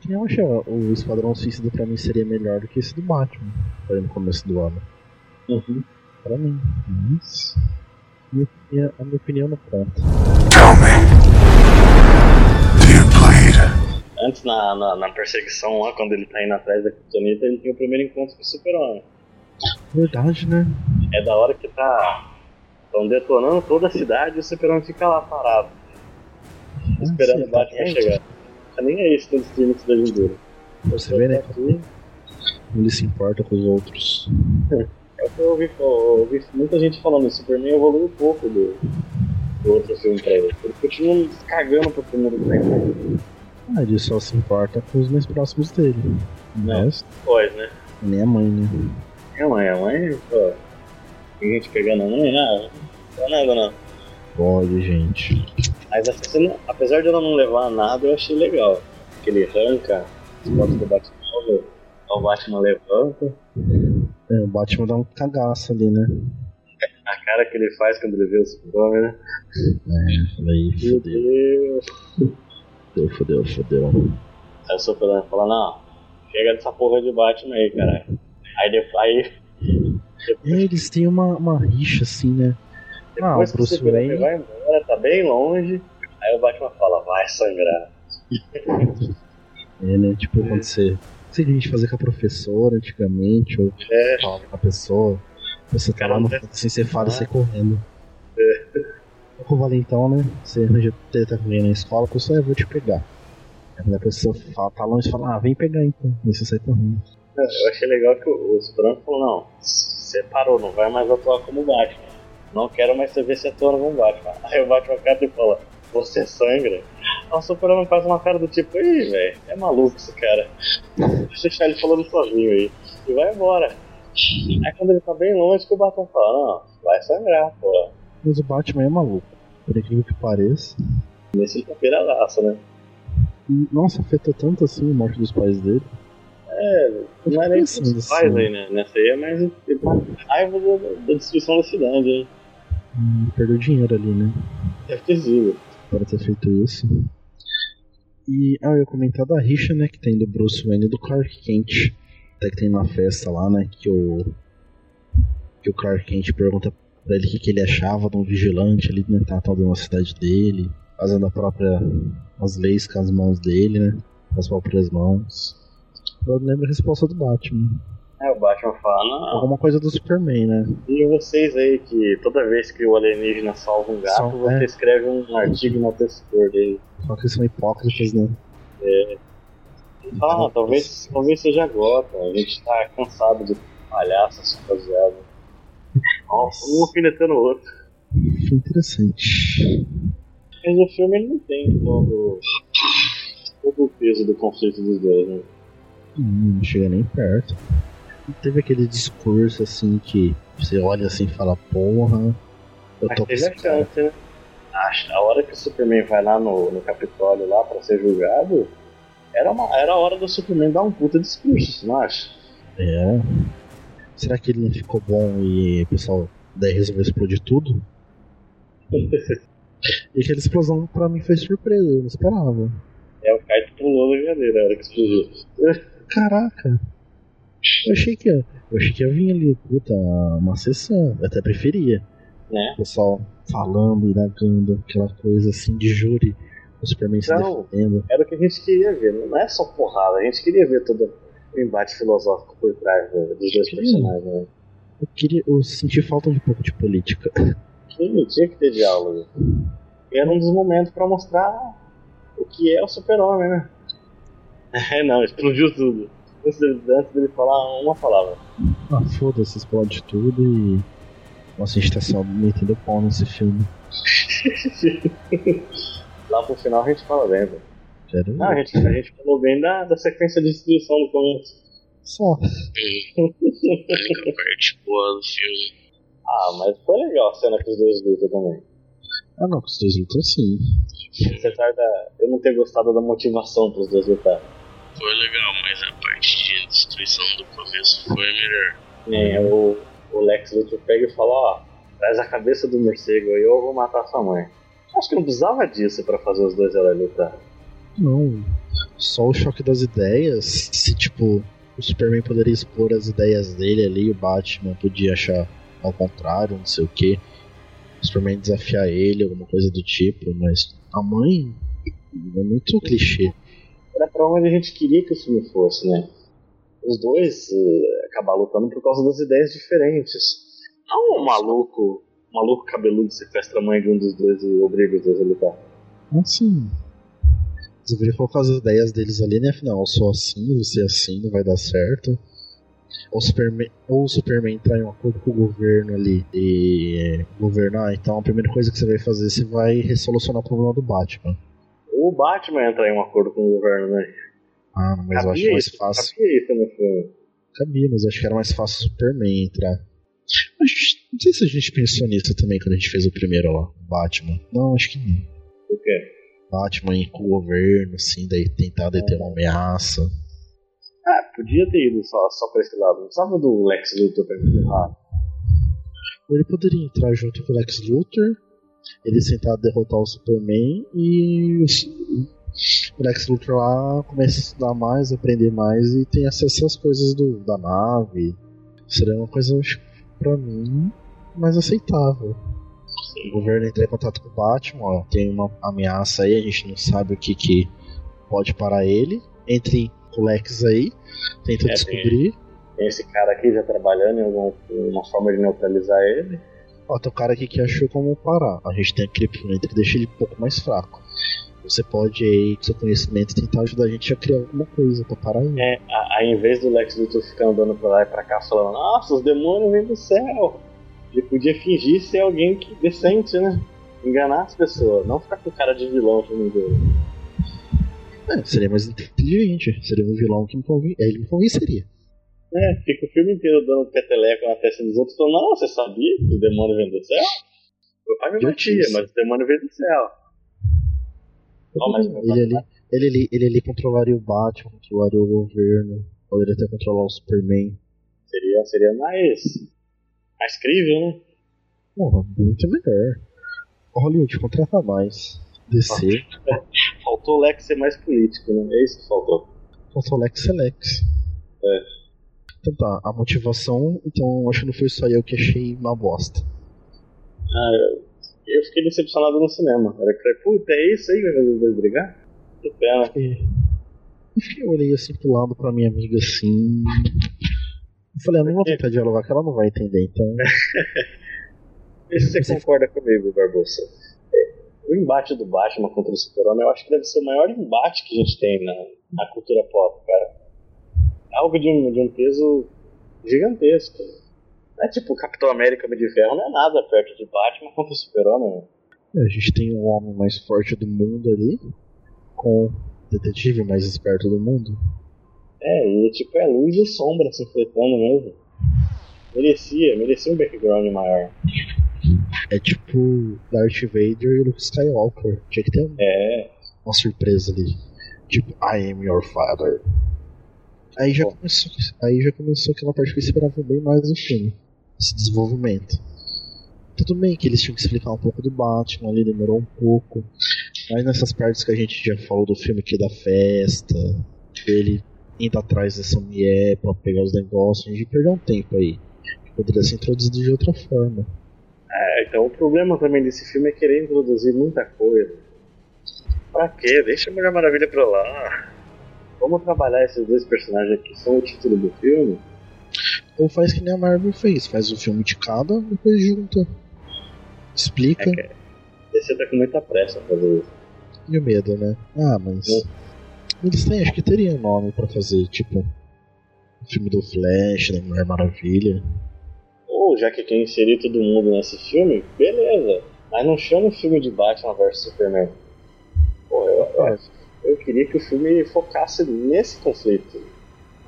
C: que eu achei, ó, o Esquadrão Suicida pra mim seria melhor do que esse do Batman, foi no começo do ano.
A: Uhum.
C: Pra mim. Mas. Minha, minha- a minha opinião não conta.
F: Tell me. Dear Blade,
A: Antes, na, na, na perseguição lá, quando ele tá indo atrás da Kryptonita, ele tem o primeiro encontro com o Super-Homem.
C: Verdade, né?
A: É da hora que tá. Estão detonando toda a cidade e o Super-Homem fica lá parado, esperando o Batman chegar. Tá nem aí se tá destruindo a cidade inteira.
C: Você vê, né?
A: Tá tudo.
C: Ele se importa com os outros.
A: É o eu ouvi, eu ouvi muita gente falando isso. Superman evoluiu um pouco do, do outro filme pra ele. Ele continua cagando pro primeiro filme.
C: Ah, ele só se importa com os mais próximos dele. Mas,
A: Pois, né?
C: nem a mãe, né?
A: É, mãe, a mãe, pô. Tem gente pegando a mãe, ah, não é nada não.
C: Olha, gente.
A: Mas essa cena, apesar de ela não levar a nada, eu achei legal. Que ele arranca as fotos do Batman, o Batman levanta.
C: É, o Batman dá um cagaço ali, né?
A: A cara que ele faz quando ele vê o super né?
C: Falei,
A: Meu Deus.
C: fodeu, fodeu, fodeu.
A: Aí o Superman fala, não, chega dessa porra de Batman aí, caralho. Aí depois, aí,
C: É, eles têm uma, uma rixa, assim, né? Ah, o
A: depois que o
C: Bruce
A: Superman
C: Wayne.
A: vai embora, tá bem longe. Aí o Batman fala, vai sangrar.
C: É, né? Tipo, quando você. Não sei o que a gente fazia com a professora antigamente, ou
A: É,
C: fala com a pessoa. Você tá
A: Cara,
C: lá no
A: não
C: fundo, assim, você fala e você correndo. É. Com o valentão, né? Você arranja treta com alguém na escola, a pessoa, "Ah, eu vou te pegar. Aí quando a pessoa fala, tá longe, você fala, ah, vem pegar então. Aí você sai correndo.
A: eu achei legal que o o Superman falou, não, você parou, não vai mais atuar como Batman. Não quero mais você ver se atuando como Batman. Aí o Batman cata e fala, você é sangra? Aí o Superman faz uma cara do tipo, ih, velho, é maluco esse cara. Deixa eu deixar ele falando sozinho aí. E vai embora. Aí quando ele tá bem longe que o Batman fala, não, vai sangrar, pô.
C: Mas o Batman é maluco. Por incrível que pareça.
A: Nesse ele tá piradaço, né?
C: E, nossa, afetou tanto assim a morte dos pais dele.
A: É, não é nem
C: Isso,
A: isso
C: isso.
A: faz aí, né? Nessa aí é mais a raiva da, da destruição da cidade, hein?
C: Hum, perdeu dinheiro ali, né?
A: Deve ter sido.
C: para ter feito isso. E ah, eu ia comentar da rixa, né, que tem do Bruce Wayne e do Clark Kent. Até que tem na festa lá, né, que o que o Clark Kent pergunta pra ele o que, que ele achava de um vigilante ali, né, tratando a cidade dele, fazendo a própria as leis com as mãos dele, né, com as próprias mãos. Eu lembro a resposta do Batman.
A: Aí o Batman fala, não,
C: Alguma coisa do Superman, né?
A: e vocês aí que toda vez que o alienígena salva um gato,
C: Salva,
A: você
C: é.
A: escreve um artigo no textor dele.
C: Só que eles são hipócritas, né?
A: Ele fala, ah, talvez, talvez seja gota, a gente tá cansado de palhaços rapaziada. Nossa, um alfinetando o outro.
C: Foi interessante.
A: Mas o filme ele não tem todo, todo o peso do conflito dos dois, né?
C: Hum, Não chega nem perto. E Teve aquele discurso assim que você olha assim e fala, porra, eu
A: Mas
C: tô com
A: teve
C: esse
A: a
C: cara.
A: chance, né? Acho- A hora que o Superman vai lá no, no Capitólio lá pra ser julgado, era, uma, era a hora do Superman dar um puta discurso, você não acha?
C: É. Será que ele não ficou bom e o pessoal daí resolveu explodir tudo? e aquela explosão pra mim foi surpresa, eu não esperava.
A: É, o Kite pulou da cadeira a hora que explodiu.
C: Caraca! Eu achei que ia, eu achei que ia vir ali, puta, uma sessão. Eu até preferia.
A: Né?
C: O pessoal falando, indagando, aquela coisa assim de júri, o Superman se
A: Não.
C: defendendo.
A: Era o que a gente queria ver, não é só porrada, a gente queria ver todo o embate filosófico por trás né, dos dois
C: Sim.
A: personagens. Né?
C: Eu, queria, eu senti falta de um pouco de política.
A: Tinha, tinha que ter diálogo. E era um dos momentos pra mostrar o que é o super-homem, né? É, não, explodiu tudo. Antes dele, antes dele falar uma palavra.
C: Ah, foda-se, explode tudo e. Nossa, a gente tá só metendo pau nesse filme.
A: Lá pro final a gente fala bem, velho.
C: Sério?
A: Não, a gente, a gente falou bem da, da sequência de destruição no começo.
C: Só.
B: A única parte boa do filme.
A: Ah, mas foi legal a cena que os dois lutam também.
C: Ah, não, com os dois lutam sim.
A: Apesar da eu não ter gostado da motivação pros dois lutar.
B: Foi legal, mas a parte de destruição do começo foi melhor.
A: Nem É, o, o Lex Luthor pega e fala, ó, traz a cabeça do morcego aí ou eu vou matar sua mãe. Acho que não precisava disso pra fazer os dois heróis lutar.
C: Não. Só o choque das ideias. Se, tipo, o Superman poderia expor as ideias dele ali, o Batman podia achar ao contrário, não sei o que. O Superman desafiar ele, alguma coisa do tipo, mas a mãe é muito clichê.
A: Era pra onde a gente queria que o filme fosse, né? Os dois eh, acabar lutando por causa das ideias diferentes. Não um maluco, um maluco cabeludo sequestra a mãe de um dos dois e obriga os dois a lutar.
C: Assim. é Deveria colocar as ideias deles ali, né? Afinal, eu sou assim, você é assim, não vai dar certo. ou o Superman, ou o Superman entrar em um acordo com o governo ali e governar, então a primeira coisa que você vai fazer, você vai resolucionar o problema do Batman.
A: O Batman entra em um acordo com o governo, né?
C: Ah, mas eu acho mais fácil.
A: Sabia isso no filme.
C: Cabia, mas eu acho que era mais fácil o Superman entrar. A gente- Não sei se a gente pensou nisso também quando a gente fez o primeiro lá, o Batman. Não, acho que não.
A: O quê?
C: Batman com o governo, assim, daí tentar deter uma ameaça.
A: Ah, podia ter ido só, só pra esse lado. Não precisava do Lex Luthor pra Ah, me errar.
C: Ou ele poderia entrar junto com o Lex Luthor, ele tentar derrotar o Superman e o s- o Lex Luthor lá começa a estudar mais, aprender mais e tem acesso às coisas do, da nave. Seria uma coisa, acho, pra mim, mais aceitável. O governo entra em contato com o Batman, ó, tem uma ameaça aí, a gente não sabe o que, que pode parar ele. Entre com o Lex aí, tenta
A: É,
C: descobrir.
A: Tem esse cara aqui já trabalhando em algum- em uma forma de neutralizar ele.
C: Ó, tem um cara aqui que achou como parar. A gente tem aquele planeta que deixa ele um pouco mais fraco. Você pode aí, com seu conhecimento, tentar ajudar a gente a criar alguma coisa pra parar ele.
A: É, a- aí em vez do Lex Luthor ficar andando pra lá e pra cá falando, nossa, os demônios vêm do céu. Ele podia fingir ser alguém que decente, né? Enganar as pessoas, não ficar com cara de vilão filme dele.
C: É, seria mais inteligente. Seria um vilão que me conven... é, ele me convenceria.
A: É, fica o filme inteiro dando peteleco na testa dos outros, falando, não, você sabia que o demônio vem do céu? Meu pai me batia,
C: Idiotice.
A: mas o demônio veio do céu. Ó, mas-
C: Ele ali, ele, ali, ele ali controlaria o Batman, controlaria o governo, poderia até controlar o Superman.
A: Seria, seria mais. mais crível, né?
C: Porra, muito melhor. Hollywood, contrata mais. DC,
A: Faltou o Lex ser mais político, né? É isso que faltou.
C: contra o Lex Então, Selex.
A: É.
C: Então tá, a motivação, então acho que não foi só eu que achei uma bosta.
A: Ah, eu- eu fiquei decepcionado no cinema. Era que eu falei, puta, é isso aí que vai fazer os dois brigar? Que pena.
C: E Enfim, eu olhei assim pro lado pra minha amiga assim. Eu falei, eu não vou tentar dialogar, que ela não vai entender, então.
A: Vê se você concorda comigo, Barbosa. É, O embate do Batman contra o Super-Homem, eu acho que deve ser o maior embate que a gente tem na, na cultura pop, cara. É Algo de um, de um peso gigantesco. Não é tipo Capitão América Homem de Ferro, não é nada perto de Batman contra o Super-Homem.
C: A gente tem o homem mais forte do mundo ali, com o detetive mais esperto do mundo.
A: É, e tipo, é luz e sombra se enfrentando mesmo. Merecia, merecia um background maior.
C: É tipo Darth Vader e Luke Skywalker. Tinha que ter um-
A: É,
C: uma surpresa ali. Tipo, I am your father. Aí já começou, aí já começou aquela parte que eu esperava bem mais do filme. Esse desenvolvimento. Tudo bem que eles tinham que explicar um pouco do Batman ali, demorou um pouco. Mas nessas partes que a gente já falou do filme aqui da festa, ele indo atrás dessa mulher pra pegar os negócios, a gente perdeu um tempo aí. Poderia ser introduzido de outra forma.
A: É, então o problema também desse filme é querer introduzir muita coisa. Pra quê? Deixa a Mulher Maravilha pra lá. Vamos trabalhar esses dois personagens que são o título do filme.
C: Ou faz que nem a Marvel fez, faz o filme de cada, depois junta. Explica.
A: Você tá com muita pressa pra fazer isso.
C: E o medo, né? Ah, mas. Eles têm, acho que teriam nome pra fazer, tipo. O filme do Flash, da Mulher Maravilha.
A: Ou já que quer inserir todo mundo nesse filme, beleza. Mas não chama o filme de Batman vs Superman. Pô, eu, eu, eu queria que o filme focasse nesse conflito.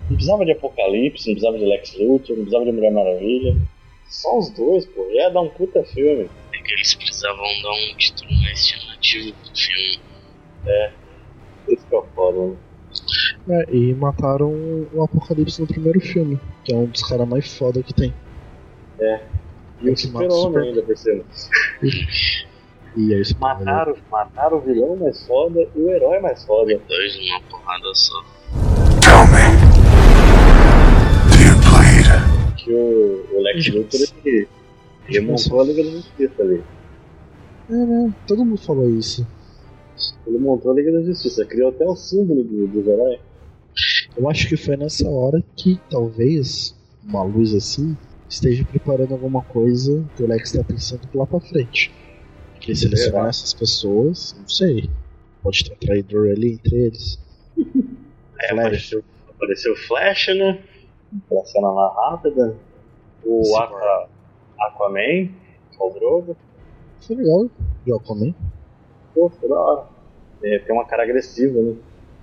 A: Não precisava de Apocalipse, não precisava de Lex Luthor, não precisava de Mulher Maravilha. Só os dois, pô. Ia dar um puta filme.
B: É que eles precisavam dar um título mais chamativo pro filme.
A: É, Esse que é o foda, né?
C: É, e mataram o Apocalipse no primeiro filme, que é um dos caras mais foda que tem.
A: E o
C: Esse mata o
A: super-homem
C: Superman.
A: ainda, por cima.
C: E aí, isso- né?
A: Mataram, mataram o vilão mais foda e o herói mais foda.
B: Dois numa porrada só.
F: Tell me. Dear Blade,
A: Que o, o Lex Luthor ele remontou a Liga da Justiça ali.
C: É, né? Todo mundo falou isso.
A: Ele montou a Liga da Justiça, criou até o símbolo do, do herói.
C: Eu acho que foi nessa hora que talvez uma luz assim esteja preparando alguma coisa que o Lex tá pensando lá pra frente. Que selecionar essas pessoas, não sei. Pode ter um traidor ali entre eles.
A: É,
C: Flash.
A: apareceu, apareceu o Flash, né? Aquela cena lá rápida. O Aqua, Aquaman, o Drogo.
C: Foi é legal. E é? o Aquaman?
A: Pô, foi da hora. É, tem uma cara agressiva, né?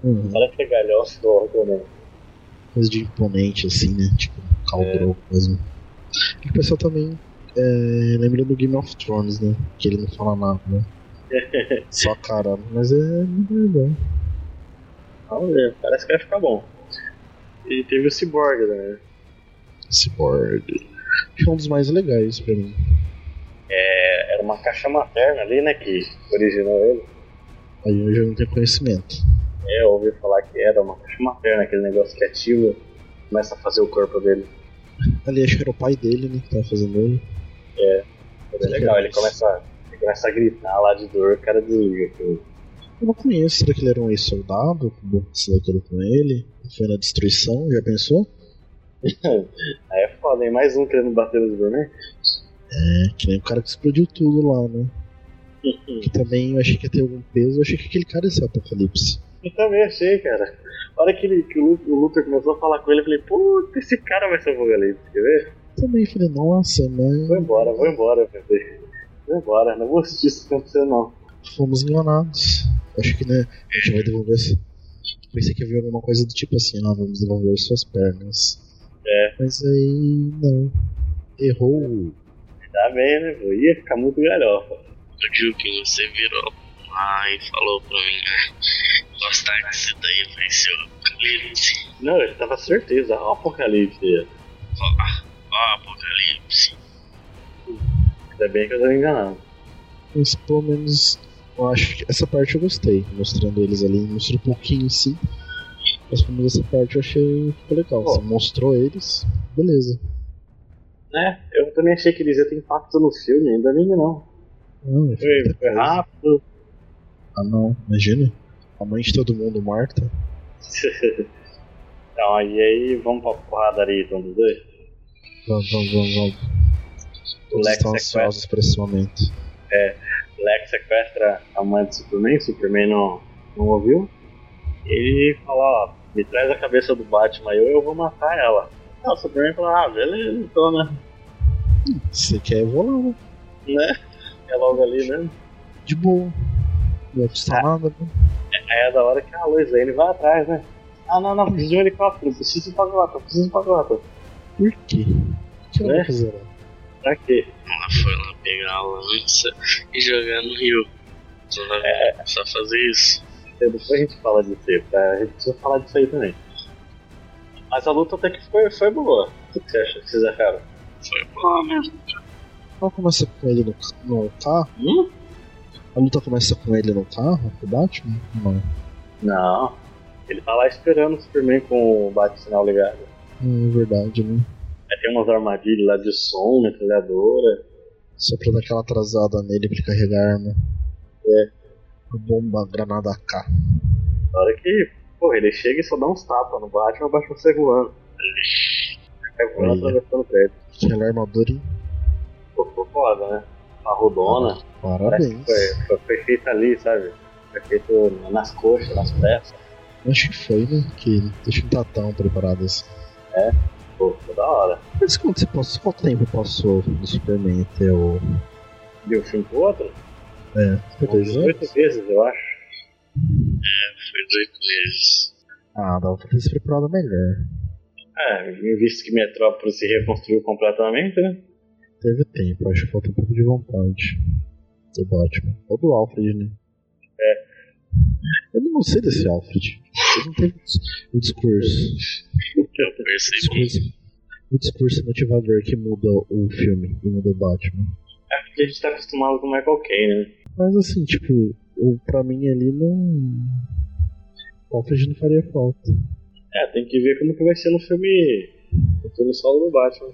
C: Uhum.
A: Olha que galhoço do Aquaman.
C: coisa de imponente, assim, né? Tipo, caldrogo mesmo. E o pessoal também é, lembra do Game of Thrones, né? Que ele não fala nada, né? Só caramba, mas é legal.
A: Vamos ver, parece que vai ficar bom. E teve o Cyborg, né?
C: Cyborg. Acho que é um dos mais legais pra mim.
A: É, era uma caixa materna ali, né? Que originou ele.
C: Aí eu já não tenho conhecimento.
A: É, eu ouvi falar que era uma caixa materna, aquele negócio que ativa, começa a fazer o corpo dele.
C: Ali acho que era o pai dele, né? Que tava fazendo ele.
A: É legal, ele começa, ele começa a gritar lá de dor, o cara desliga. aquilo.
C: Eu não conheço, será que ele era um ex-soldado? Como se daquilo com ele? Foi na destruição, já pensou?
A: Aí é foda, hein? Mais um querendo bater no Superman.
C: É, que nem o cara que explodiu tudo lá, né?
A: Uhum.
C: Que também eu achei que ia ter algum peso, eu achei que aquele cara ia ser o apocalipse.
A: Eu também achei, cara. A hora que, ele, que o, Lu- o Luthor começou a falar com ele, eu falei, puta, esse cara vai ser o Apocalipse, quer ver?
C: Também falei, nossa, mas
A: Vou embora, vou embora, bebê. Vou embora, não vou assistir isso acontecer, não.
C: fomos enganados. Acho que né, a gente vai devolver. essa- Pensei que havia alguma coisa do tipo assim, ah, vamos devolver suas pernas.
A: É.
C: Mas aí não. Errou o-
A: Tá bem, né? pô? Ia ficar muito galhofa.
B: O Jukin, você virou lá e falou pra mim ah, gostar disso daí, vai ser o apocalipse.
A: Não, ele tava certeza, ó, o apocalipse.
B: Ó, ah, ó, apocalipse.
A: Ainda bem que eu tô enganado.
C: Mas pelo menos eu acho que essa parte eu gostei, mostrando eles ali, mostrou um pouquinho sim. Mas pelo menos essa parte eu achei ficou legal.
A: Pô.
C: Você mostrou eles, beleza.
A: Né? Eu também achei que eles iam ter impacto no filme, ainda nem não.
C: Não, eu falei,
A: Foi, foi rápido.
C: ah não, imagina. A mãe de todo mundo morta.
A: então, e aí, vamos pra porrada ali, então, dos dois?
C: Vamos, vamos, vamos, vamos. Todos
A: Lex
C: estão
A: sequestra.
C: ansiosos pra esse momento.
A: Lex sequestra a mãe do Superman, o Superman não, não ouviu. Ele fala, ó, me traz a cabeça do Batman aí ou eu vou matar ela. Ah, o Superman fala, ah, beleza, então, né?
C: Se quer, eu vou lá, né?
A: né? É logo ali, né?
C: de boa. Não vai custar
A: Ah.
C: nada, né?
A: Aí é da hora que a Lois ele vai atrás, né? Ah, não, não, preciso de um helicóptero, preciso de um pagoda, preciso de um pagoda.
C: Por quê? O que ela
A: Né?
C: vai fazer lá?
A: Pra quê?
B: Ela foi lá pegar a lança e jogar no rio. Só, só fazer isso.
A: Então, É. Depois a gente fala disso aí, tá? a gente precisa falar disso aí também. Mas a luta até que foi, foi boa. O que você acha? O que vocês acharam?
B: Foi bom mesmo.
C: Ela começa com ele no, no carro?
A: Hum?
C: A luta começa com ele no carro, com o Batman? Não.
A: Não. Ele tá lá esperando o Superman com o bate-sinal ligado.
C: Não, é verdade, né?
A: Aí tem umas armadilhas lá de som, metralhadora.
C: Só pra dar aquela atrasada nele pra ele carregar a arma.
A: É.
C: A bomba, a granada K.
A: Na hora que, porra, ele chega e só dá uns tapas no Batman, o Batman sai voando. Sai voando,
C: Olha.
A: atravessando o prédio.
C: Aquela armadura, hein?
A: Pô, ficou foda, né? Uma rodona. Parece
C: Parabéns.
A: que foi, foi, foi feito ali, sabe? Foi feito nas coxas, nas peças.
C: Acho que foi, né? Que deixa não tá tão preparado assim.
A: Pô, foi da hora.
C: Mas quanto você passou? Quanto tempo passou do Superman até o.
A: Deu um filme pro outro?
C: É, foi dois anos?
A: Oito vezes, eu acho.
B: Foi 18 meses.
C: Ah, dava pra ter se preparado melhor.
A: É, visto que Metrópole se reconstruiu completamente, né?
C: Teve tempo, acho que falta um pouco de vontade do Batman. Ou do Alfred, né? É. Eu não sei desse Alfred. Ele não teve o discurso.
B: Eu
C: O
B: percebi.
C: discurso, o discurso motivador que muda o filme e muda o Batman.
A: É porque a gente tá acostumado com o Michael Caine, né?
C: Mas assim, tipo, o- pra mim ali não. O Alfred não faria falta.
A: É, tem que ver como que vai ser no filme. No filme solo do Batman.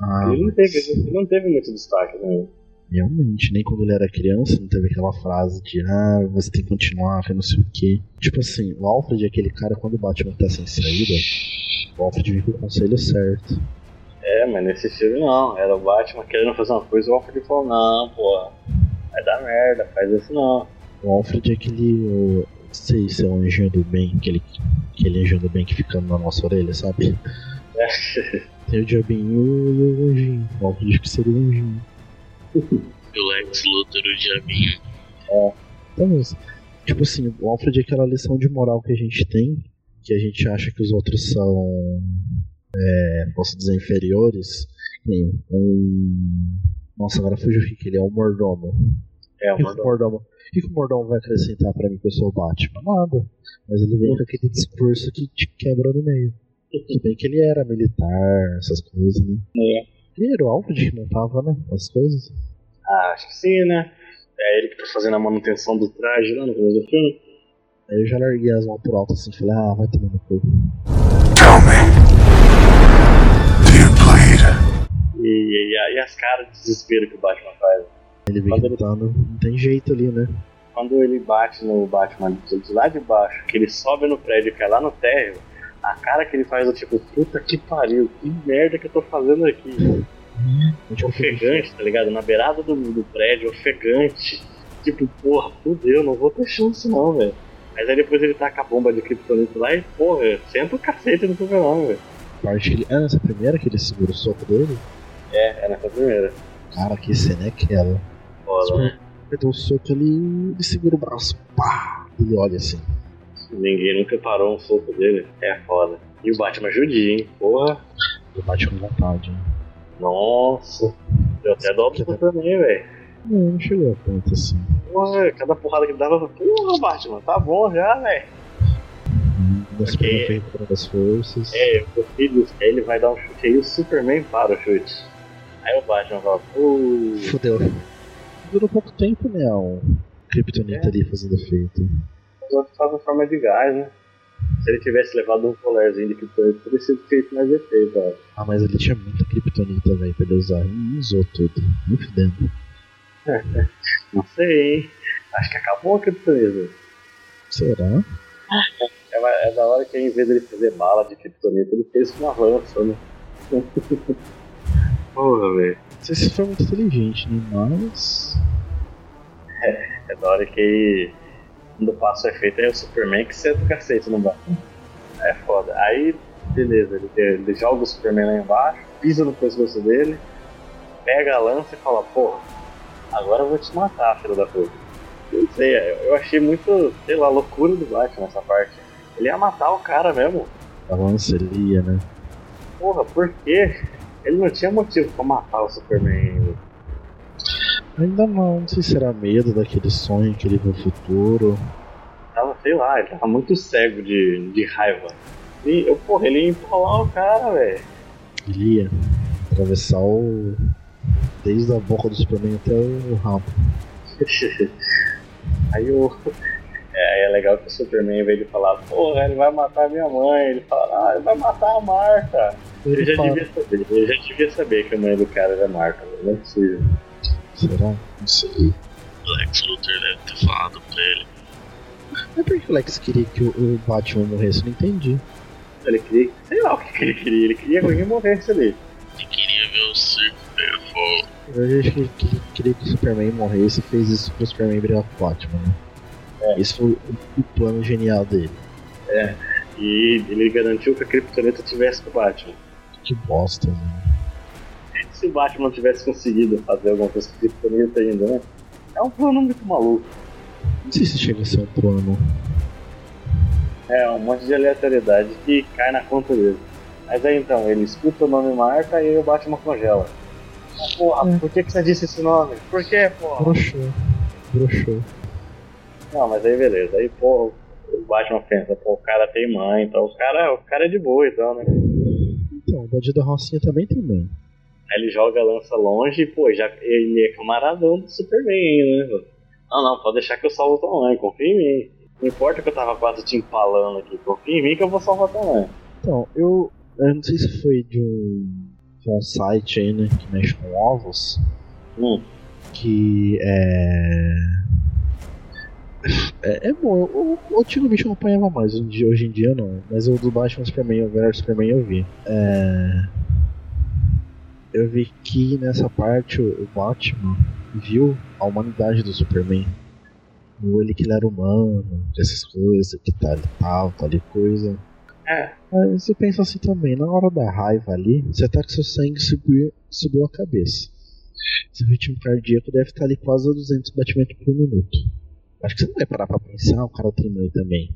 C: Ah,
A: ele, não
C: mas
A: teve, ele não teve muito destaque, né?
C: Realmente, nem quando ele era criança não teve aquela frase de ah, você tem que continuar, que não sei o quê. Tipo assim, o Alfred é aquele cara quando o Batman tá sem saída, o Alfred vem com o conselho certo.
A: É, mas nesse filme não. Era o Batman querendo fazer uma coisa e o Alfred falou: Não, pô, vai dar merda, faz isso não.
C: O Alfred é aquele. o- um é não sei se é o anjinho do bem, aquele, aquele anjinho do bem que fica na nossa orelha, sabe? Tem o diabinho e o anjinho. O Alto diz que seria o anjinho.
B: E o Lex Luthor, o diabinho.
C: Então, mas, tipo assim, o Alfred é aquela lição de moral que a gente tem, que a gente acha que os outros são, é, posso dizer, inferiores. Que nem um... Nossa, agora fugiu o que que ele é, um mordomo.
A: É,
C: O que que o
A: mano.
C: mordomo, o que que o mordomo vai acrescentar pra mim que eu sou o Batman? Nada. Mas ele vem com aquele discurso que te quebra no meio. Tudo bem que ele era militar, essas coisas, né? Ele era o Alfred que montava, né? As coisas.
A: Ah, acho que sim, né? É ele que tá fazendo a manutenção do traje lá no começo do filme.
C: Aí eu já larguei as mãos por alto assim, falei, ah, vai tomar no cu.
F: Tell me. Dear Blade,
A: E, e a- e as caras de desespero que o Batman faz.
C: Ele vem
A: Mas ele-
C: gritando, não tem jeito ali, né?
A: Quando ele bate no Batman de lá de baixo, que ele sobe no prédio que é lá no térreo, a cara que ele faz é tipo, puta que pariu, que merda que eu tô fazendo aqui.
C: É tipo,
A: Ofegante, tá ligado? Na beirada do, do prédio, ofegante. Tipo, porra, fudeu, não vou ter chance não, velho. Mas aí depois ele taca a bomba de criptonita lá e, porra, senta o cacete no Superman, velho.
C: parte que ele... É nessa primeira que ele segura o soco dele?
A: É, é nessa primeira.
C: Cara, que cena é aquela?
A: Foda, né?
C: Ele deu o soco ali ele segura o braço. Pá! Ele olha assim.
A: Ninguém nunca parou um soco dele. É foda. E o Batman judia, hein? Porra.
C: Ele bate com vontade, né?
A: Nossa. Deu até dó do Superman, velho.
C: Não, não chegou a tanto assim.
A: Porra, cada porrada que ele dava, eu falava, porra, Batman, tá bom já, velho.
C: Das
A: Ok.
C: okay. recuperando as forças.
A: É, meu filho, aí ele vai dar um chute aí e o Superman para o chute. Aí o Batman fala, "Uh,
C: Fudeu. Durou pouco tempo, né? O Kryptonita
A: É.
C: ali fazendo efeito.
A: Só tava em forma de gás, né? Se ele tivesse levado um colarzinho de criptonita, teria sido feito mais efeito, velho.
C: Ah, mas ele tinha muita Kryptonita, velho, pra ele usar. Ele usou tudo. Não fudendo.
A: Não sei, hein? Acho que acabou a criptonita.
C: Será?
A: É, ma- é da hora que em vez dele fazer bala de criptonita, ele fez com uma lança, né? Porra, velho.
C: Não sei se foi muito inteligente, né? Mas.
A: É da hora que quando passa o efeito é o Superman que senta o cacete no bar. É foda. Aí, beleza, ele, ele joga o Superman lá embaixo, pisa no pescoço dele, pega a lança e fala, porra, agora eu vou te matar, filho da puta. Não sei, eu eu achei muito, sei lá, loucura do Batman nessa parte. Ele ia matar o cara mesmo.
C: A lanceria, né?
A: Porra, por quê? Ele não tinha motivo pra matar o Superman.
C: Ainda não, não sei se era medo daquele sonho que ele viu o futuro.
A: Tava, sei lá, ele tava muito cego de, de raiva. E, eu, porra, ele ia empalar o cara, velho.
C: Ele ia atravessar o. Desde a boca do Superman até o rabo.
A: Aí o. É, aí é legal que o Superman, em vez de falar, porra, ele vai matar minha mãe, ele fala, ah, ele vai matar a Marta. Ele já
C: fala,
A: devia saber, ele já devia saber que a mãe do cara era Marta, velho, não é possível.
C: Será? Não sei.
B: O Lex Luthor deve ter falado pra ele.
C: Mas por que É o Lex queria que o- o Batman morresse? Eu Não entendi.
A: Ele queria, sei lá o que que ele queria, ele queria que alguém morresse ali.
B: que queria ver o circo pegar fogo.
C: Eu acho que ele que- queria que o Superman morresse e fez isso pro Superman brigar com o Batman, né? Esse foi o, o plano genial dele.
A: E ele garantiu que a Kryptonita tivesse com o Batman.
C: Que bosta, né?
A: se o Batman tivesse conseguido fazer alguma coisa com criptonita ainda, né? É um plano muito maluco.
C: Não sei se chega a ser um plano.
A: É um monte de aleatoriedade que cai na conta dele. Mas aí então, ele escuta o nome Marta e aí o Batman congela. Ah, Porra, por que, que você disse esse nome? Por que, porra?
C: Broxou. Broxou.
A: Não, mas aí beleza. Aí, porra, o Batman pensa, pô, o cara tem mãe, então o cara, o cara é de boa, então, né?
C: Então, o bandido da Rocinha também tem mãe.
A: Aí ele joga a lança longe e, pô, já, ele é camaradão do Superman, ainda, né? mano? Não, não, pode deixar que eu salvo tua mãe, confia em mim. Não importa que eu tava quase te empalando aqui, confia em mim que eu vou salvar tua mãe.
C: Então, eu, eu não sei se foi de um, de um site aí, né, que mexe com ovos,
A: Hum.
C: que é... É, é bom, o, o antigo bicho eu acompanhava mais, hoje em dia- hoje em dia não, mas o do Batman Superman, o melhor Superman eu vi. É, eu vi que nessa parte o, o Batman viu a humanidade do Superman. Viu ele que ele era humano, essas coisas, que tal e tal, tal e coisa. Aí você pensa assim também, na hora da raiva ali, você tá com seu sangue subiu, subiu a cabeça. Seu ritmo cardíaco deve estar ali quase a 200 batimentos por minuto. Acho que você não vai parar pra pensar, o cara tem mãe também.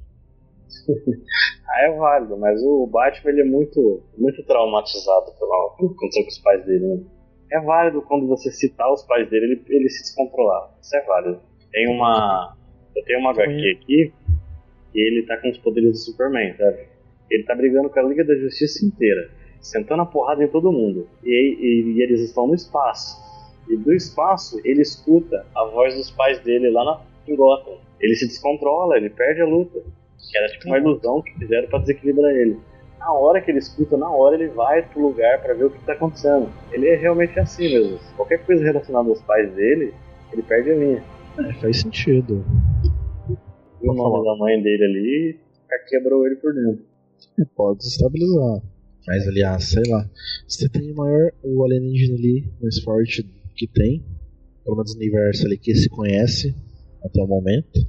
A: Ah, é válido, mas o Batman ele é muito, muito traumatizado pela pelo que aconteceu com os pais dele. né? É válido quando você citar os pais dele, ele, ele se descontrolar. Isso é válido. Tem uma. Eu tenho uma HQ aqui que ele tá com os poderes do Superman, sabe? Ele tá brigando com a Liga da Justiça inteira, sentando a porrada em todo mundo. E, e- e eles estão no espaço. E do espaço ele escuta a voz dos pais dele lá na em Gotham. Ele se descontrola, ele perde a luta. Que era tipo uma ilusão que fizeram pra desequilibrar ele. Na hora que ele escuta, na hora ele vai pro lugar pra ver o que tá acontecendo. Ele é realmente assim mesmo. Qualquer coisa relacionada aos pais dele, ele perde a linha.
C: É, faz sentido.
A: E o nome da mãe dele ali já quebrou ele por dentro.
C: É, pode estabilizar. Mas aliás, sei lá. Você tem o maior o alienígena ali mais forte que tem, pelo menos no universo ali que se conhece até o momento.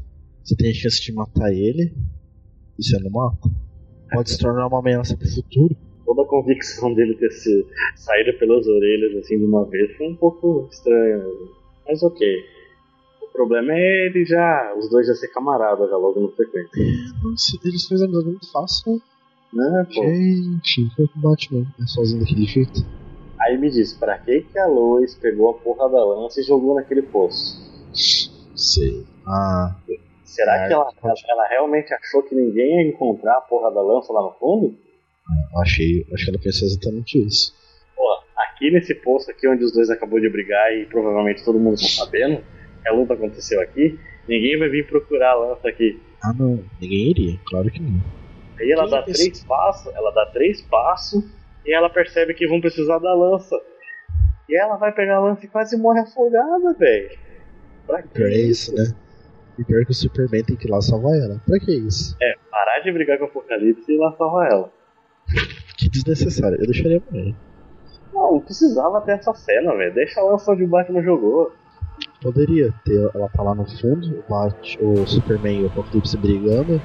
C: Você tem a chance de matar ele. E você não mata. Pode se tornar uma ameaça pro futuro.
A: Toda a convicção dele ter se saído pelas orelhas assim de uma vez foi um pouco estranho. mesmo. Mas ok. O problema é ele já. Os dois já ser camaradas já logo no frequência.
C: Nossa, eles fez amizade muito fácil, né?
A: Né, pô?
C: Gente, foi com o Batman é sozinho daquele jeito.
A: Aí me diz, pra que que a Lois pegou a porra da lança e jogou naquele poço?
C: Sei. Ah,
A: Será que ela, ela,
C: Certo.
A: ela realmente achou que ninguém ia encontrar a porra da lança lá no fundo?
C: eu achei. Acho que ela pensou exatamente isso.
A: Pô, aqui nesse posto aqui onde os dois acabou de brigar e provavelmente todo mundo tá sabendo que a luta aconteceu aqui, ninguém vai vir procurar a lança aqui.
C: Ah não, ninguém iria, claro que não.
A: Aí ela
C: Quem
A: dá
C: pensa-
A: três passos, ela dá três passos e ela percebe que vão precisar da lança. E ela vai pegar a lança e quase morre afogada, velho. Pra
C: Pior é
A: que
C: isso, né? E pior que o Superman tem que ir lá salvar ela. Pra que isso?
A: parar de brigar com o Apocalipse e ir lá salvar ela?
C: Que desnecessário. Eu deixaria pra ele.
A: Não, não precisava ter essa cena, velho. Deixa a lança onde o Batman jogou.
C: Poderia ter. Ela tá lá no fundo, o, Bat, o Superman e o Apocalipse brigando.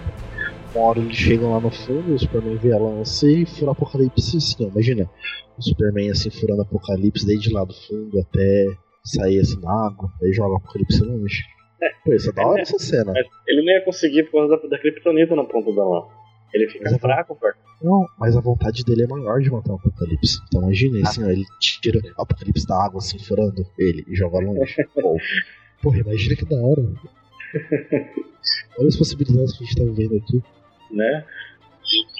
C: Uma hora eles chegam lá no fundo, o Superman vê a lança e fura o Apocalipse assim, ó. Imagina. O Superman assim furando o Apocalipse desde lá do fundo até sair assim na água, aí joga o Apocalipse longe. Pô, isso é da hora essa cena.
A: Ele nem ia conseguir por causa da, da Kryptonita na ponta da lança. Ele fica
C: Mas é bom.
A: fraco, velho.
C: Não, mas a vontade dele é maior de matar o Apocalipse. Então imagina assim, ó, ele tira o Apocalipse da água, assim, furando ele e joga longe. Pô, Porra, imagina que da hora. Olha as possibilidades que a gente tá vivendo aqui.
A: Né?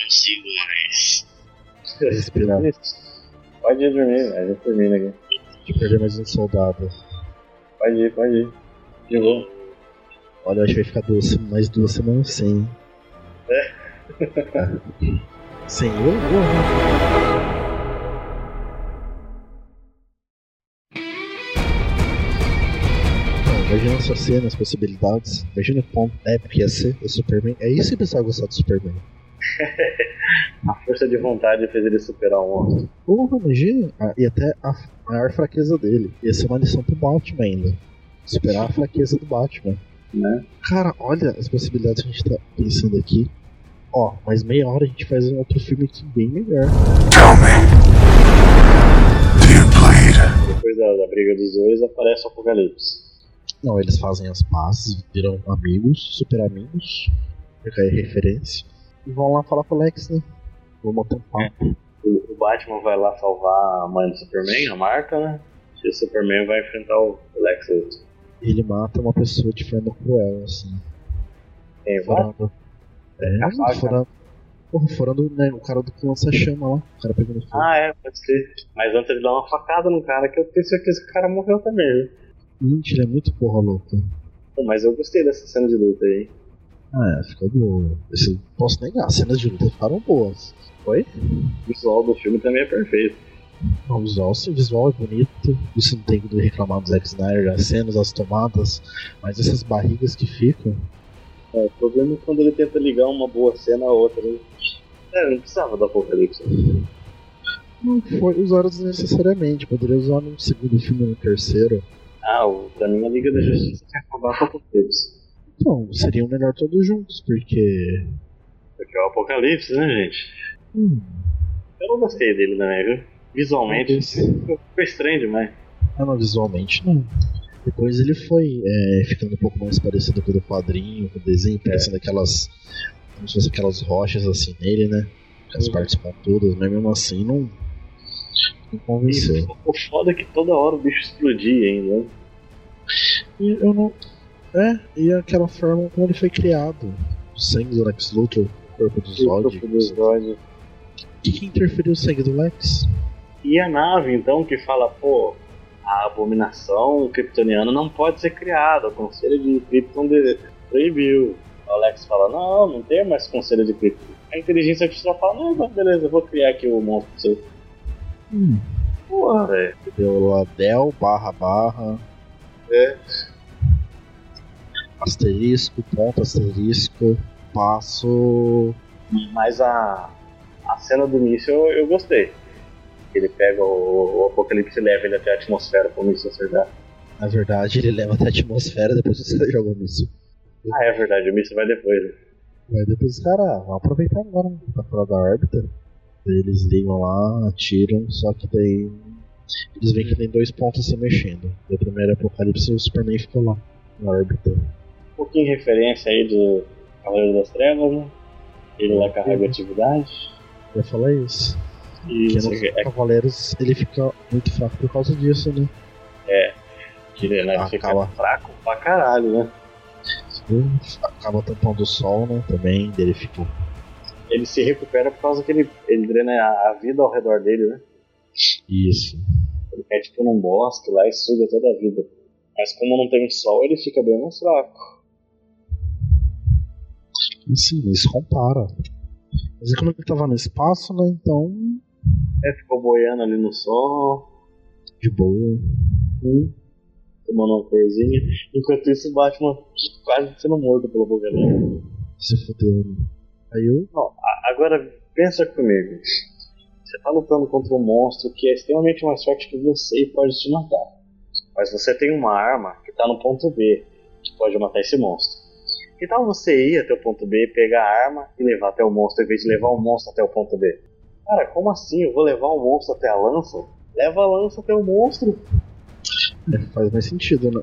B: consigo mais.
C: Respirar,
A: Pode ir dormir, velho. A gente termina aqui.
C: de perder mais um soldado.
A: Pode ir, pode ir. De novo.
C: Olha, acho que vai ficar duas, se- mais duas semanas sem. hein? Sem eu? né? Porra. Não, Imagina essa cena, as possibilidades. Imagina o ponto épico que ia ser o Superman. É isso que pensava gostar do Superman.
A: A força de vontade fez ele superar o monstro.
C: Porra, imagina. Ah, E até a f- maior fraqueza dele. Ia ser uma lição pro Batman ainda. Superar a fraqueza do Batman.
A: Né?
C: Cara, olha as possibilidades que a gente tá pensando aqui. Ó, mais meia hora a gente faz um outro filme aqui bem melhor.
F: Tell me. Do you bleed?
A: Depois da, da briga dos dois aparece o Apocalipse.
C: Não, eles fazem as pazes, viram amigos, super amigos. Fica aí a referência. E vão lá falar com o Lex, né? Vão botar um papo.
A: O, o Batman vai lá salvar a mãe do Superman, a Marta, né? E o Superman vai enfrentar o Lex Luthor.
C: Ele mata uma pessoa de forma cruel, assim.
A: Tem vários
C: Furando. É,
A: Caraca.
C: furando. Porra, furando né, o cara do que lança chama lá. O cara pegando fogo.
A: Ah, é, pode ser. Mas antes ele dá uma facada no cara, que eu tenho certeza que o cara morreu também, viu?
C: Gente, ele é muito porra louca.
A: Pô, Mas eu gostei dessa cena de luta aí.
C: Ah, é, ficou boa. Esse, eu posso negar, as cenas de luta ficaram boas. Foi?
A: O visual do filme também é perfeito.
C: O visual, sim, o visual é bonito. Isso não tem como reclamar do Zack Snyder, as cenas, as tomadas. Mas essas barrigas que ficam.
A: É, o problema é quando ele tenta ligar uma boa cena a outra, né? É, não precisava do Apocalipse.
C: Não foi usaram desnecessariamente. Poderia usar num segundo filme ou no terceiro.
A: Ah, o, pra mim a Liga da Justiça quer acabar com o Apocalipse.
C: Então, seriam melhor todos juntos, porque. hum,
A: Porque é o Apocalipse, né, gente? Eu não gostei dele também, viu?
C: Uhum.
A: Visualmente, ficou estranho demais.
C: Ah, não, visualmente não. Depois ele foi é, ficando um pouco mais parecido com o do quadrinho, com o desenho, parecendo aquelas. Como se fosse aquelas rochas assim nele, né? Com as partes pontudas, mas mesmo assim não. Não convenceu.
A: O foda é que toda hora o bicho explodia ainda. né?
C: E eu não. É, e aquela forma como ele foi criado. O sangue do Lex Luthor, o corpo do Zod.
A: Corpo do Zod.
C: O que, que interferiu o sangue do Lex?
A: E a nave, então, que fala, pô, a abominação kryptoniana não pode ser criada, o conselho de Krypton de- proibiu. O Alex fala, não, não tem mais conselho de Krypton. A inteligência artificial fala, não, mas beleza, eu vou criar aqui o monstro pra você.
C: Hum.
A: Porra, velho.
C: Deu lá Del barra barra.
A: É.
C: Asterisco, ponto, asterisco, passo.
A: Mas a, a cena do míssil eu, eu gostei. Ele pega o, o Apocalipse e leva ele até a atmosfera pro míssil acertar.
C: Na verdade, ele leva até a atmosfera, depois você tá joga nisso.
A: Ah, é verdade, o míssil vai depois. né?
C: Aí depois os caras vão aproveitar agora, né? Tá fora da órbita. Daí Eles ligam lá, atiram, só que daí. Eles veem que tem dois pontos se mexendo. No primeiro apocalipse, o Superman ficou lá, na órbita.
A: Um pouquinho de referência aí do Cavaleiro das Trevas, né? Ele lá carrega
C: Uhum.
A: atividade.
C: Eu ia falar isso.
A: E
C: Porque
A: isso
C: nos
A: aqui é
C: Cavaleiros ele fica muito fraco por causa disso, né?
A: que ele, né,
C: Ah,
A: fica
C: cala.
A: fraco pra caralho, né?
C: Acaba tampando o sol, né? Também, dele fica.
A: Ele se recupera por causa que ele, ele drena a a vida ao redor dele, né?
C: Isso.
A: Ele cai tipo num bosque lá e suga toda a vida. Mas como não tem sol, ele fica bem mais fraco.
C: E sim, isso compara. Mas é como ele tava no espaço, né? Então.
A: É, ficou boiando ali no sol,
C: De boa. Hum.
A: tomando uma corzinha. Enquanto isso, o Batman quase sendo morto pelo Bogalhão.
C: Se fudeu, né? Aí eu.
A: Agora, pensa comigo. Você tá lutando contra um monstro que é extremamente mais forte que você e pode te matar. Mas você tem uma arma que tá no ponto B, que pode matar esse monstro. Que tal você ir até o ponto B, pegar a arma e levar até o monstro, em vez de levar o monstro até o ponto B? Cara, como assim? Eu vou levar o monstro até a lança? Leva a lança até o monstro.
C: É, faz mais sentido, né?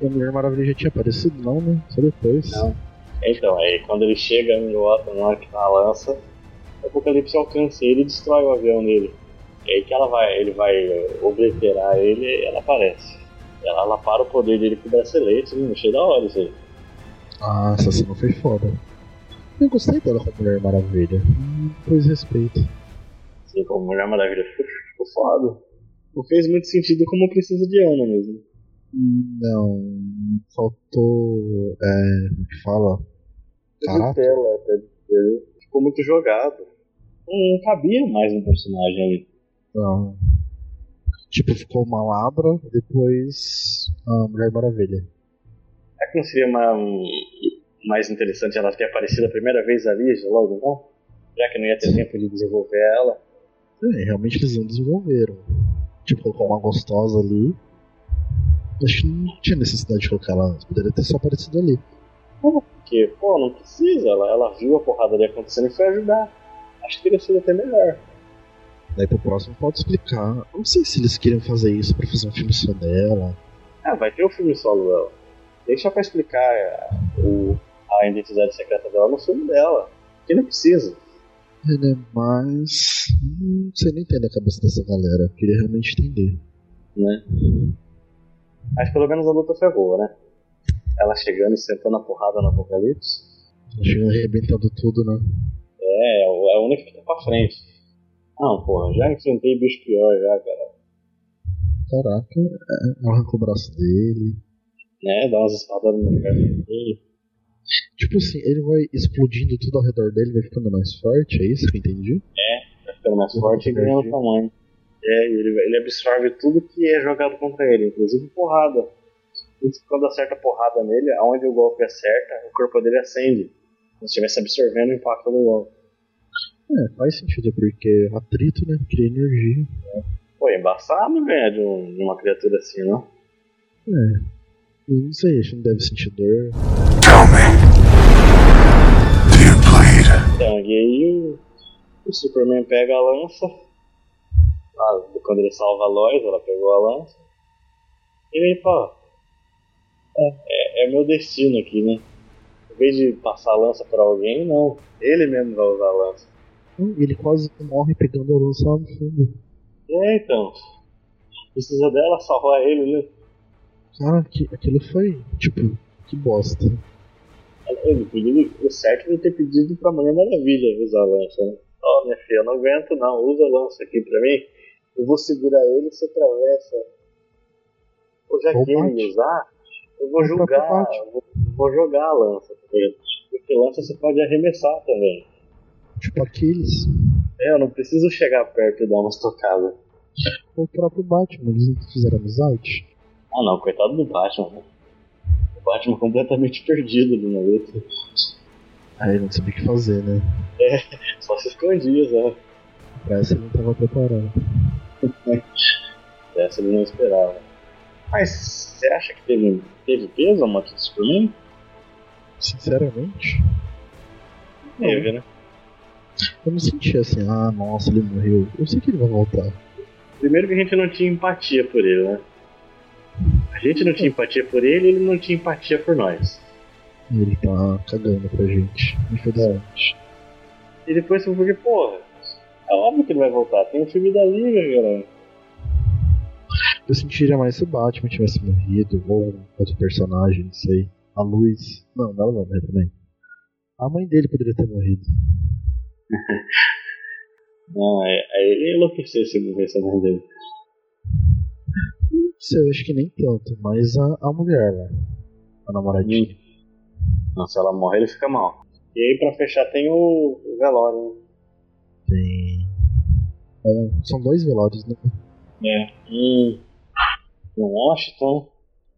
C: E a Mulher Maravilha já tinha aparecido, não, né? Só depois.
A: Não. Então, aí quando ele chega no Gotham, na hora que tá a lança, o Apocalipse alcança ele e destrói o avião dele. E aí que ela vai, ele vai obliterar ele e ela aparece. Ela, ela para o poder dele com o bracelete, né? achei da hora isso aí.
C: Ah, essa cena foi foda. Eu gostei dela com a Mulher Maravilha. Hum, Pois respeito.
A: Assim, como Mulher Maravilha ficou, ficou foda. Não fez muito sentido como precisa de Ana mesmo.
C: Não. Faltou. É. Como que fala?
A: Teve
C: Caraca.
A: tela, até, entendeu? ficou muito jogado. Não, não cabia mais um personagem ali.
C: Não. Tipo, ficou uma ladra, depois a Mulher Maravilha.
A: Será que não seria uma- um- mais interessante ela ter aparecido a primeira vez ali, já logo não? Já que não ia ter tempo de desenvolver ela.
C: É, realmente eles não desenvolveram. Tipo, colocar uma gostosa ali. Acho que não tinha necessidade de colocar ela antes, poderia ter só aparecido ali.
A: Porque, pô, não precisa, ela, ela viu a porrada ali acontecendo e foi ajudar. Acho que teria sido até melhor.
C: Daí pro próximo pode explicar. Eu Não sei se eles queriam fazer isso pra fazer um filme só dela.
A: Ah, vai ter o filme solo dela. Deixa pra explicar a, o- a identidade secreta dela no filme dela. Que não precisa.
C: É, né? Mas. Não sei nem entender a cabeça dessa galera. Queria realmente entender.
A: né? Mas pelo menos a luta foi boa, né? Ela chegando e sentando a porrada no apocalipse.
C: Chegou arrebentando tudo, né?
A: É, é o- é a única que tá pra frente. Não, porra, já enfrentei bicho pior já, cara.
C: Caraca, é, arranca o braço dele.
A: né? Dá umas espadas no cara. E
C: Tipo assim, ele vai explodindo tudo ao redor dele, vai ficando mais forte, é isso que eu entendi?
A: vai ficando mais forte e ganhando tamanho. É, e ele, ele absorve tudo que é jogado contra ele, inclusive porrada. E Quando acerta a porrada nele, aonde o golpe acerta, o corpo dele acende. Como se estivesse absorvendo o impacto do golpe.
C: É, faz sentido, porque atrito, né? Cria energia.
A: Pô, é embaçado ganhar de, um- de uma criatura assim, não?
C: Eu não sei, acho que não deve sentir dor.
F: Tell me. Do you bleed?
A: Tang. Então, E aí o, o Superman pega a lança. Ah, quando ele salva a Lois, ela pegou a lança. E ele fala: é, é, é meu destino aqui, né? Em vez de passar a lança pra alguém, não. Ele mesmo vai usar a lança.
C: Hum, Ele quase morre pegando a lança lá no fundo.
A: É, então. Precisa dela salvar ele, né?
C: Cara, Ah, que- aquilo foi, tipo, que bosta.
A: Ele pediu, o certo foi ter pedido pra Mulher Maravilha usar a lança, né? Ó, minha filha, eu não aguento não, usa a lança aqui pra mim. Eu vou segurar ele e você atravessa. Ou já
C: Ou
A: que ele
C: bate.
A: usar, eu vou
C: Ou próprio
A: jogar,
C: bate.
A: vou, vou jogar a lança pra ele. Porque lança você pode arremessar também.
C: Tipo, aqueles.
A: É, eu não preciso chegar perto e dar umas tocadas.
C: O próprio Batman, eles não fizeram amizade.
A: Ah não, coitado do Batman, né? O Batman completamente perdido ali na luta.
C: Aí ele não sabia o que fazer, né?
A: Só se escondia, né?
C: Pra essa ele não tava preparado.
A: Essa ele não esperava. Mas você acha que teve, teve peso a morte do Superman?
C: Sinceramente,
A: Teve, né?
C: eu não senti assim, ah, nossa, ele morreu. Eu sei que ele vai voltar.
A: Primeiro que a gente não tinha empatia por ele, né? A gente não tinha empatia por ele e ele não tinha empatia por nós.
C: E ele tá cagando pra gente. Infelizmente.
A: E depois eu falei, porra, é óbvio que ele vai voltar, tem um filme da Liga, galera.
C: Eu sentiria mais se o Batman tivesse morrido, ou um outro personagem, não sei. A Luz. Não, ela não vai morrer também. A mãe dele poderia ter morrido.
A: Não, aí aí ele enlouqueceu se morrer essa mão dele.
C: Não sei, eu acho que nem tanto, mas a, a mulher, né? A namoradinha.
A: Não, se ela morre, ele fica mal. E aí pra fechar tem o o velório,
C: Tem. É, são dois velórios, né?
A: né? Um em Washington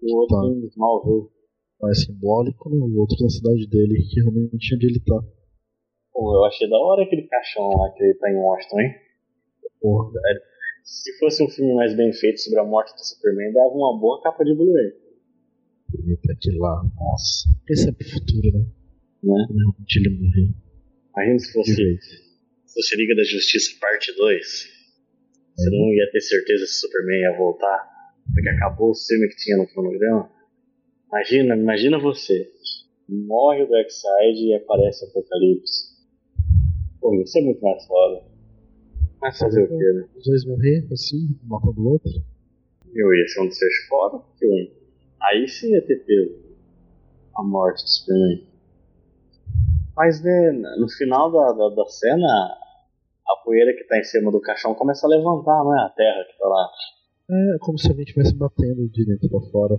A: e então. o outro
C: Tá.
A: em Smallville.
C: Um é simbólico, né? o outro na cidade dele, que realmente é onde ele tá.
A: Pô, eu achei da hora aquele caixão lá que ele tá em Washington, hein?
C: Porra.
A: Se fosse um filme mais bem feito sobre a morte do Superman, dava uma boa capa de Blu-ray.
C: Eita, aquele tá lá, nossa. Esse é pro futuro, né?
A: Né?
C: Quando Realmente ele morrer.
A: Imagina se
C: De
A: fosse,
C: vez.
A: se fosse Liga da Justiça Parte 2. Você não ia ter certeza se o Superman ia voltar, porque acabou o filme que tinha no cronograma. Imagina, imagina você. Morre o Darkseid e aparece o Apocalipse. Pô, isso é muito mais foda. Mas fazer o quê, né?
C: Os dois morrer, assim, um matando o outro.
A: Eu ia ser um desfecho foda, porque um, aí sim ia ter peso a morte do Superman. Mas né, no final da, da, da cena, a poeira que tá em cima do caixão começa a levantar, né? A terra que tá lá.
C: É como se alguém estivesse batendo de dentro pra fora.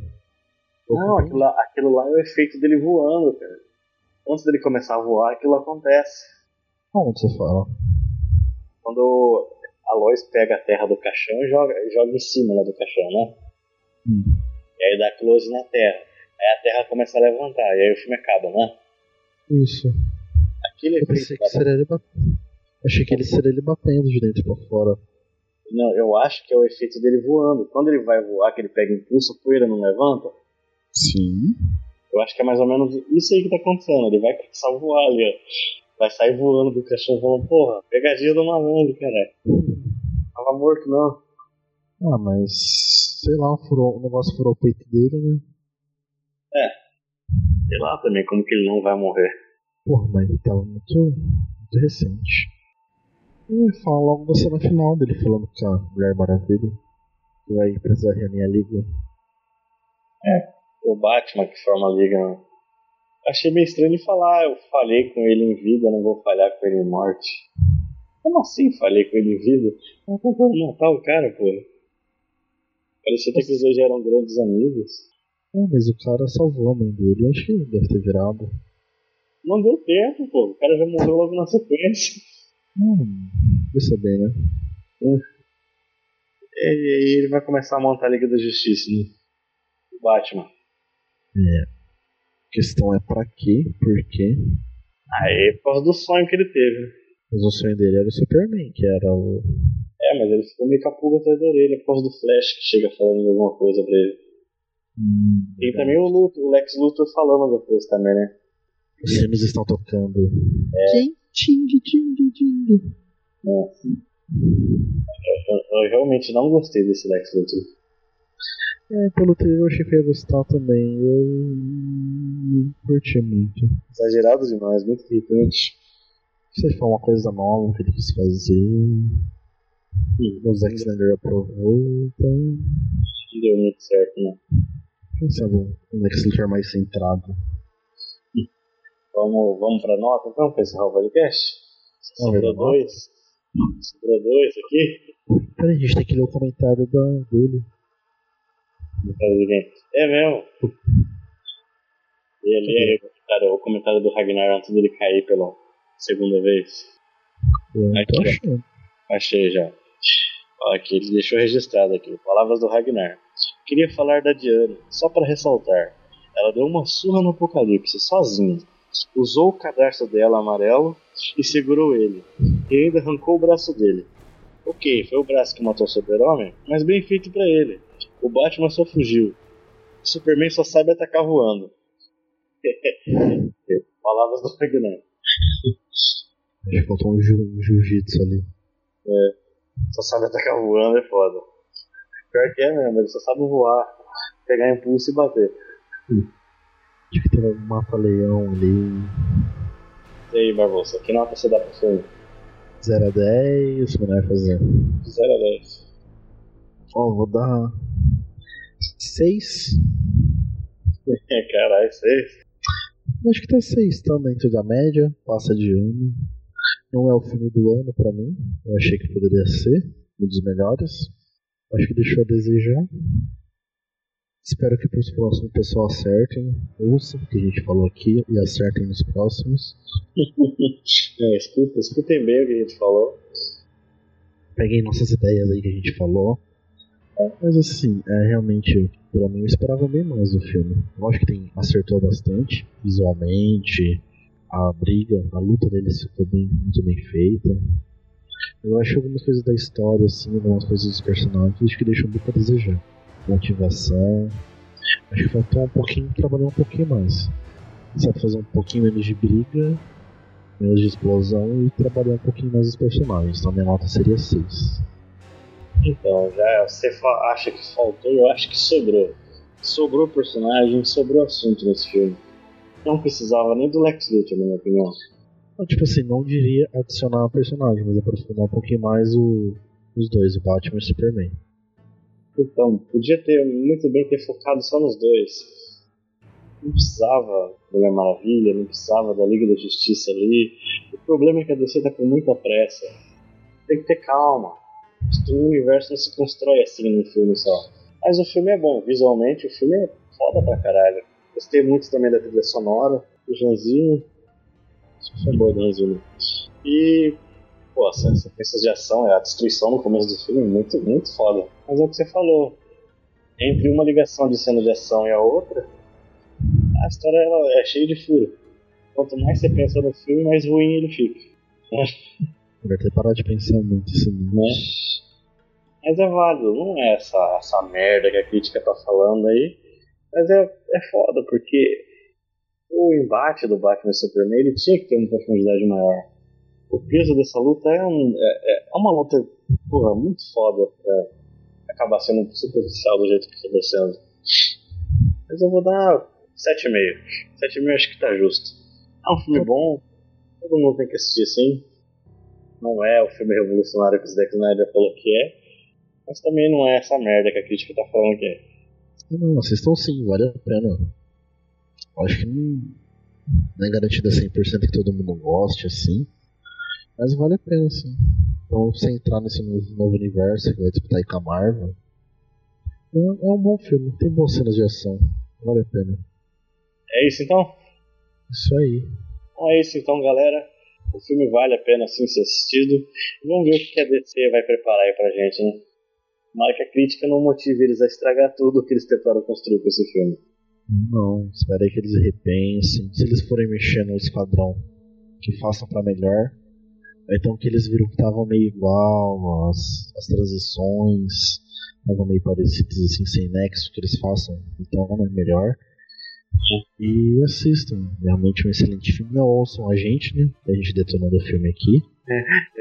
C: Ou
A: Não,
C: com-
A: aquilo lá, aquilo lá é o efeito dele voando, cara. Antes dele começar a voar, aquilo acontece.
C: Aonde você fala?
A: Quando a Lois pega a terra do caixão e joga, e joga em cima lá do caixão, né?
C: Hum.
A: E aí dá close na terra. Aí a terra começa a levantar, e aí o filme acaba, né?
C: Isso.
A: Aquele
C: Eu
A: efeito
C: pensei
A: da
C: que seria ele batendo. Achei que ele seria ele batendo de dentro pra fora.
A: Não, eu acho que é o efeito dele voando. Quando ele vai voar, que ele pega impulso, a poeira não levanta.
C: Sim.
A: Eu acho que é mais ou menos isso aí que tá acontecendo. Ele vai começar a voar ali, ó. Vai sair voando do cachorro falando, porra, pegadinha do malandro, cara. Tava morto, não.
C: Ah, mas. Sei lá, furou, o negócio furou o peito dele, né?
A: Sei lá também como que ele não vai morrer.
C: Porra, mas ele tava muito, muito recente. E fala logo da cena final dele falando com a Mulher é Maravilha. Que vai precisar reunir a liga.
A: O Batman que forma a liga, né? Achei meio estranho ele falar, "Ah, eu falei com ele em vida, não vou falhar com ele em morte. Como assim falei com ele em vida? Eu não vou matar o cara, porra. Parecia até que os dois já eram grandes amigos.
C: Ah, mas o cara salvou a mãe dele. Eu acho que ele deve ter virado.
A: Não deu tempo, pô. O cara já morreu logo na sequência.
C: Hum, pensa bem, né?
A: É, E aí ele vai começar a montar a Liga da Justiça, né? O Batman.
C: É. A questão é pra quê, por quê.
A: Aí é por causa do sonho que ele teve. né?
C: Mas o sonho dele era o Superman, que era o.
A: É, mas ele ficou meio com a pulga atrás da orelha por causa do Flash que chega falando alguma coisa pra ele.
C: Hum,
A: E também o, Luthor, o Lex Luthor falando depois também, né? É.
C: Os sinos estão tocando. Ting, ting, ting.
A: Nossa. Eu, eu- eu realmente não gostei desse Lex Luthor.
C: É, pelo trailer eu achei que ia gostar também. Eu não curti muito.
A: Exagerado demais, muito irritante.
C: Se ele for uma coisa nova que ele quis fazer. O Zack Snyder aprovou, então.
A: Não deu muito certo, né?
C: Quem sabe um Lex Luthor mais centrado.
A: Vamos, vamos pra nota então pra encerrar o podcast?
C: Vamos ver
A: Sobrou
C: a nota.
A: dois. Sobrou dois aqui.
C: Peraí, a gente tem que ler o comentário da, dele.
A: Não tá ninguém. É mesmo. E ali é o comentário, o comentário do Ragnar antes dele cair pela segunda vez.
C: Eu não É, tô
A: Aqui, ó.
C: achando.
A: Achei já. Ó, Aqui, ele deixou registrado aqui. Palavras do Ragnar. Queria falar da Diana, só para ressaltar. Ela deu uma surra no Apocalipse, sozinha. Usou o cadarço dela amarelo e segurou ele. E ainda arrancou o braço dele. Ok, foi o braço que matou o super-homem, mas bem feito pra ele. O Batman só fugiu. O Superman só sabe atacar voando. Palavras do Ragnar.
C: Acho que faltou um ju- um jiu-jitsu ali.
A: Só sabe atacar voando, é foda. Pior que é mesmo, ele só sabe voar, pegar impulso e bater.
C: Acho que tem um mata-leão ali.
A: E aí, Barbosa, que nota você dá pro filme?
C: 0 a 10, o que vai fazer?
A: De 0 a 10.
C: Ó, vou dar. 6.
A: É, caralho, 6.
C: Acho que tá 6, tá dentro da média, passa de ano. Não é o filme do ano pra mim. Eu achei que poderia ser um dos melhores. Acho que deixou a desejar. Espero que pros próximos o pessoal acertem, ouçam o que a gente falou aqui e acertem nos próximos.
A: é, escuta, escutem bem o que a gente falou.
C: peguei nossas ideias aí que a gente falou. Mas assim, é realmente, pra mim eu esperava bem mais do filme. Lógico que tem, acertou bastante, visualmente, a briga, a luta deles ficou bem, muito bem feita. Eu acho algumas coisas da história, assim, algumas coisas dos personagens acho que deixam muito a desejar. Motivação. Acho que faltou um pouquinho, trabalhar um pouquinho mais. Sabe, fazer um pouquinho menos de briga menos de explosão e trabalhar um pouquinho mais os personagens. Então minha nota seria 6.
A: Então, já você fa- acha que faltou, eu acho que sobrou. Sobrou personagem, sobrou assunto nesse filme. Não precisava nem do Lex Luthor, na minha opinião.
C: Então, tipo assim, não diria adicionar um personagem, mas aprofundar um pouquinho mais o- os dois, o Batman e o Superman.
A: Então, podia ter muito bem ter focado só nos dois. Não precisava da Mulher Maravilha, não precisava da Liga da Justiça ali. O problema é que a DC tá com muita pressa. Tem que ter calma. O universo não se constrói assim num filme só. Mas o filme é bom, visualmente o filme é foda pra caralho. Gostei muito também da trilha sonora, do Joãozinho. Foi boa do Joãozinho. E Pô, essa essa sequência de ação, a destruição no começo do filme, é muito, muito foda. Mas é o que você falou. Entre uma ligação de cena de ação e a outra, a história ela é cheia de furo. Quanto mais você pensa no filme, mais ruim ele fica.
C: Agora ter parado de pensar muito assim, né?
A: Mas é válido, não é essa, essa merda que a crítica tá falando aí. Mas é, é foda, porque o embate do Batman e Superman ele tinha que ter uma profundidade maior. O peso dessa luta é, um, é, é- é uma luta porra, muito foda pra acabar sendo superficial do jeito que está sendo. Mas eu vou dar 7,5. 7,5 acho que tá justo. É um filme bom, todo mundo tem que assistir sim. Não é o filme revolucionário que o Zack Snyder falou que é, mas também não é essa merda que a crítica tá falando que é.
C: Não, assistam sim, vale a pena. Eu Acho que não, não é garantido 100% que todo mundo goste, assim. Mas vale a pena, sim. Então, você entrar nesse novo, novo universo que vai disputar aí com a Marvel, é, é um bom filme. Tem boas cenas de ação. Vale a pena.
A: É isso então?
C: Isso aí.
A: Então é isso então, galera. O filme vale a pena sim ser assistido. Vamos ver o que que a DC vai preparar aí pra gente, né? Tomara que a crítica não motive eles a estragar tudo que eles tentaram construir com esse filme.
C: Não, espera aí que eles repensem. Se eles forem mexer no esquadrão, que façam pra melhor. Ou Então que eles viram que estavam meio igual, as, as transições estavam meio parecidas assim, sem nexo, que eles façam então, né, é melhor. E assistam. Realmente é um excelente filme. Não ouçam a gente, né? A gente detonando o filme aqui.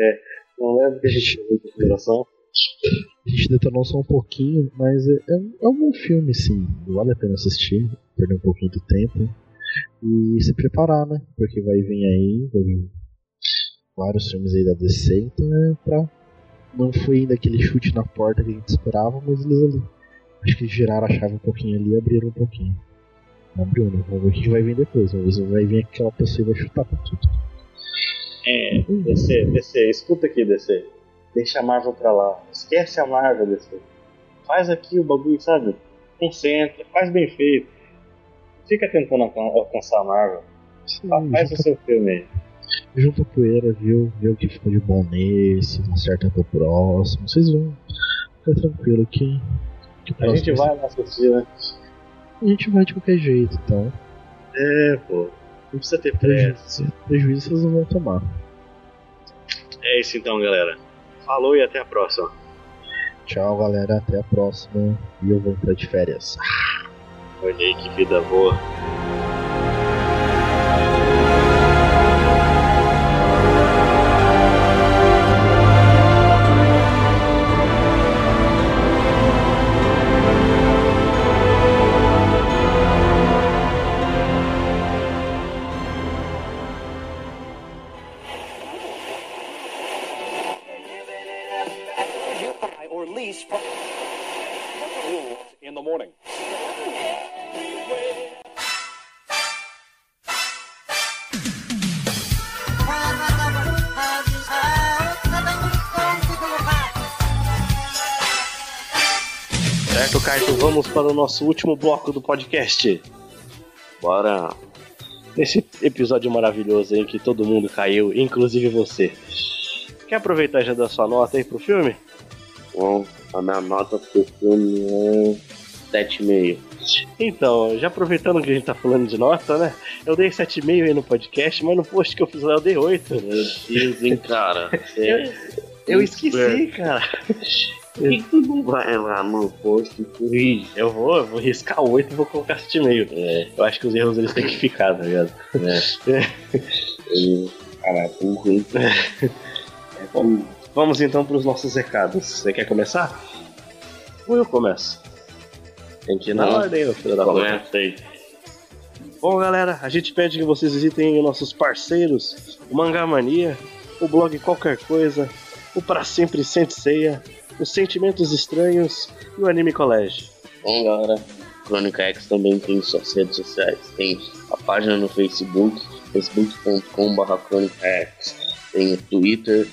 A: É, Não leva que a gente leva em consideração.
C: A gente detonou só um pouquinho, mas é, é um- é um bom filme, sim. Vale a pena assistir, perder um pouquinho do tempo. E se preparar, né? Porque vai vir aí, vai vir vários filmes aí da DC, então é pra. Não foi ainda aquele chute na porta que a gente esperava, mas eles ali. Acho que giraram a chave um pouquinho ali e abriram um pouquinho. Não abriu, né? Vamos ver o que vai vir depois. Vamos ver se vai vir aquela pessoa e vai chutar pra tudo.
A: É, DC, DC, escuta aqui, DC. Deixa a Marvel pra lá. Esquece a Marvel, DC. Faz aqui o bagulho, sabe? Concentra, faz bem feito. Fica tentando alcan- alcançar a Marvel.
C: Sim,
A: Faz o
C: junta-
A: seu filme aí.
C: Tá, assim, junta a poeira, viu? Vê o que ficou de bom nesse, acerta pro próximo. Vocês vão. Fica tranquilo que. que o
A: A gente
C: próximo-
A: vai lá assistir, né?
C: A gente vai de qualquer jeito, então.
A: É, pô. Não precisa ter
C: É.
A: pressa.
C: Prejuízo, prejuízo vocês não vão tomar.
A: É isso então, galera. Falou e até a próxima.
C: Tchau, galera. Até a próxima. E eu vou entrar de férias.
A: Olha aí que vida boa.
H: you buy or lease from Rules in the morning.
A: Certo, Caio? Então Vamos para o nosso último bloco do podcast. Bora! Nesse episódio maravilhoso aí que todo mundo caiu, inclusive você. Quer aproveitar e já dar sua nota aí pro filme?
B: Bom, a minha nota pro filme é 7,5.
A: Então, já aproveitando que a gente tá falando de nota, né? Eu dei 7,5 aí no podcast, mas no post que eu fiz lá eu dei 8.
B: Meu Deus, hein, cara?
A: Eu, eu esqueci, cara.
B: Por que que tu não vai lá no posto e corrige?
A: Eu vou, eu vou riscar 8 e vou colocar 7,5.
B: É,
A: Eu acho que os erros eles têm que ficar, tá ligado? É.
B: eu- cara, burro, hein?
A: É Vamos então pros nossos recados. Você quer começar? Ou eu começo? Tem que ir na
B: Não.
A: ordem, ô filho da puta.
B: Começa aí.
A: Bom, galera, a gente pede que vocês visitem os nossos parceiros, o Mangá Mania, o blog Qualquer Coisa, o Pra Sempre Senseia, os Sentimentos Estranhos e o Anime Colégio.
B: Bom, galera, Crônica X também tem suas redes sociais. Tem a página no Facebook, facebook.com.br Crônica X. Tem o Twitter,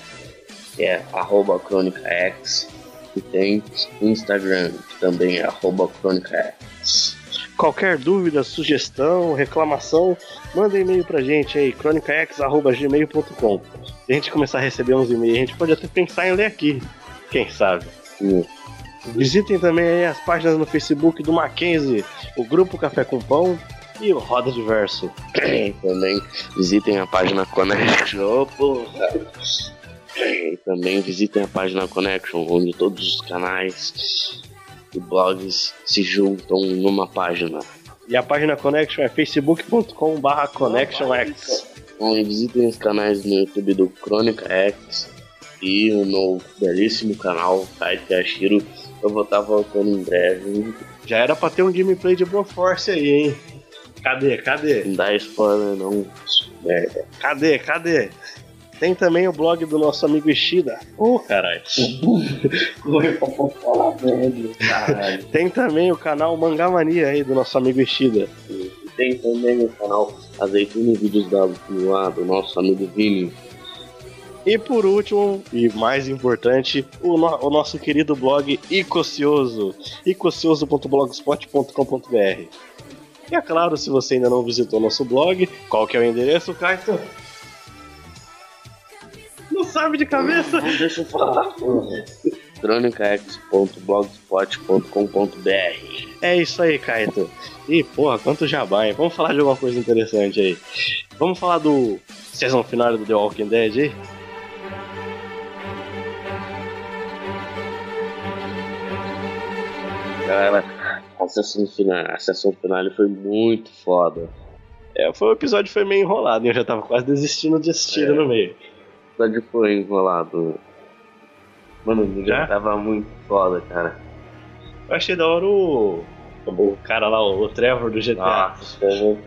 B: que é arroba Crônica X. E tem o Instagram, que também é arroba Crônica X.
A: Qualquer dúvida, sugestão, reclamação, manda e-mail pra gente aí, cronicax.gmail.com. Se a gente começar a receber uns e-mails, a gente pode até pensar em ler aqui. Quem sabe?
B: Hum.
A: Visitem também aí as páginas no Facebook do Mackenzie, o Grupo Café com Pão e o Roda de Verso.
B: Também visitem a página Connection. porra. E também visitem a página Connection, onde todos os canais e blogs se juntam numa página.
A: E a página Connection é facebook.com.br ConnectionX.
B: Bom, Então, e visitem os canais no YouTube do Crônica X e o meu belíssimo canal, Kaito Yashiro. Eu vou estar voltando em breve.
A: Já era pra ter um gameplay de Broforce aí, hein? Cadê, cadê?
B: Não dá spoiler, não. Merda.
A: Cadê? Cadê? Tem também o blog do nosso amigo Ishida. Ô, caralho.
B: Caralho.
A: Tem também o canal Mangá Mania aí do nosso amigo Ishida.
B: E tem também no canal Azeitona e Vídeos da lá, do nosso amigo Vini.
A: E por último, e mais importante, o, no- o nosso querido blog Icocioso, icocioso.blogspot.com.br. E é claro, se você ainda não visitou nosso blog, qual que é o endereço, Kaito? Não sabe de cabeça?
B: Não deixa eu falar, porra. cronicax.blogspot.com.br
A: É isso aí, Kaito. E porra, quanto jabá, hein? Vamos falar de alguma coisa interessante aí. Vamos falar do season final do The Walking Dead aí?
B: Galera, a sessão final, a sessão final foi muito foda.
A: É, foi um episódio que foi meio enrolado, e eu já tava quase desistindo de assistir no meio.
B: O episódio foi enrolado. Mano, o
A: Já?
B: já tava muito foda, cara.
A: Eu achei da hora o. O cara lá, o Trevor do GTA.
B: Nossa, ficou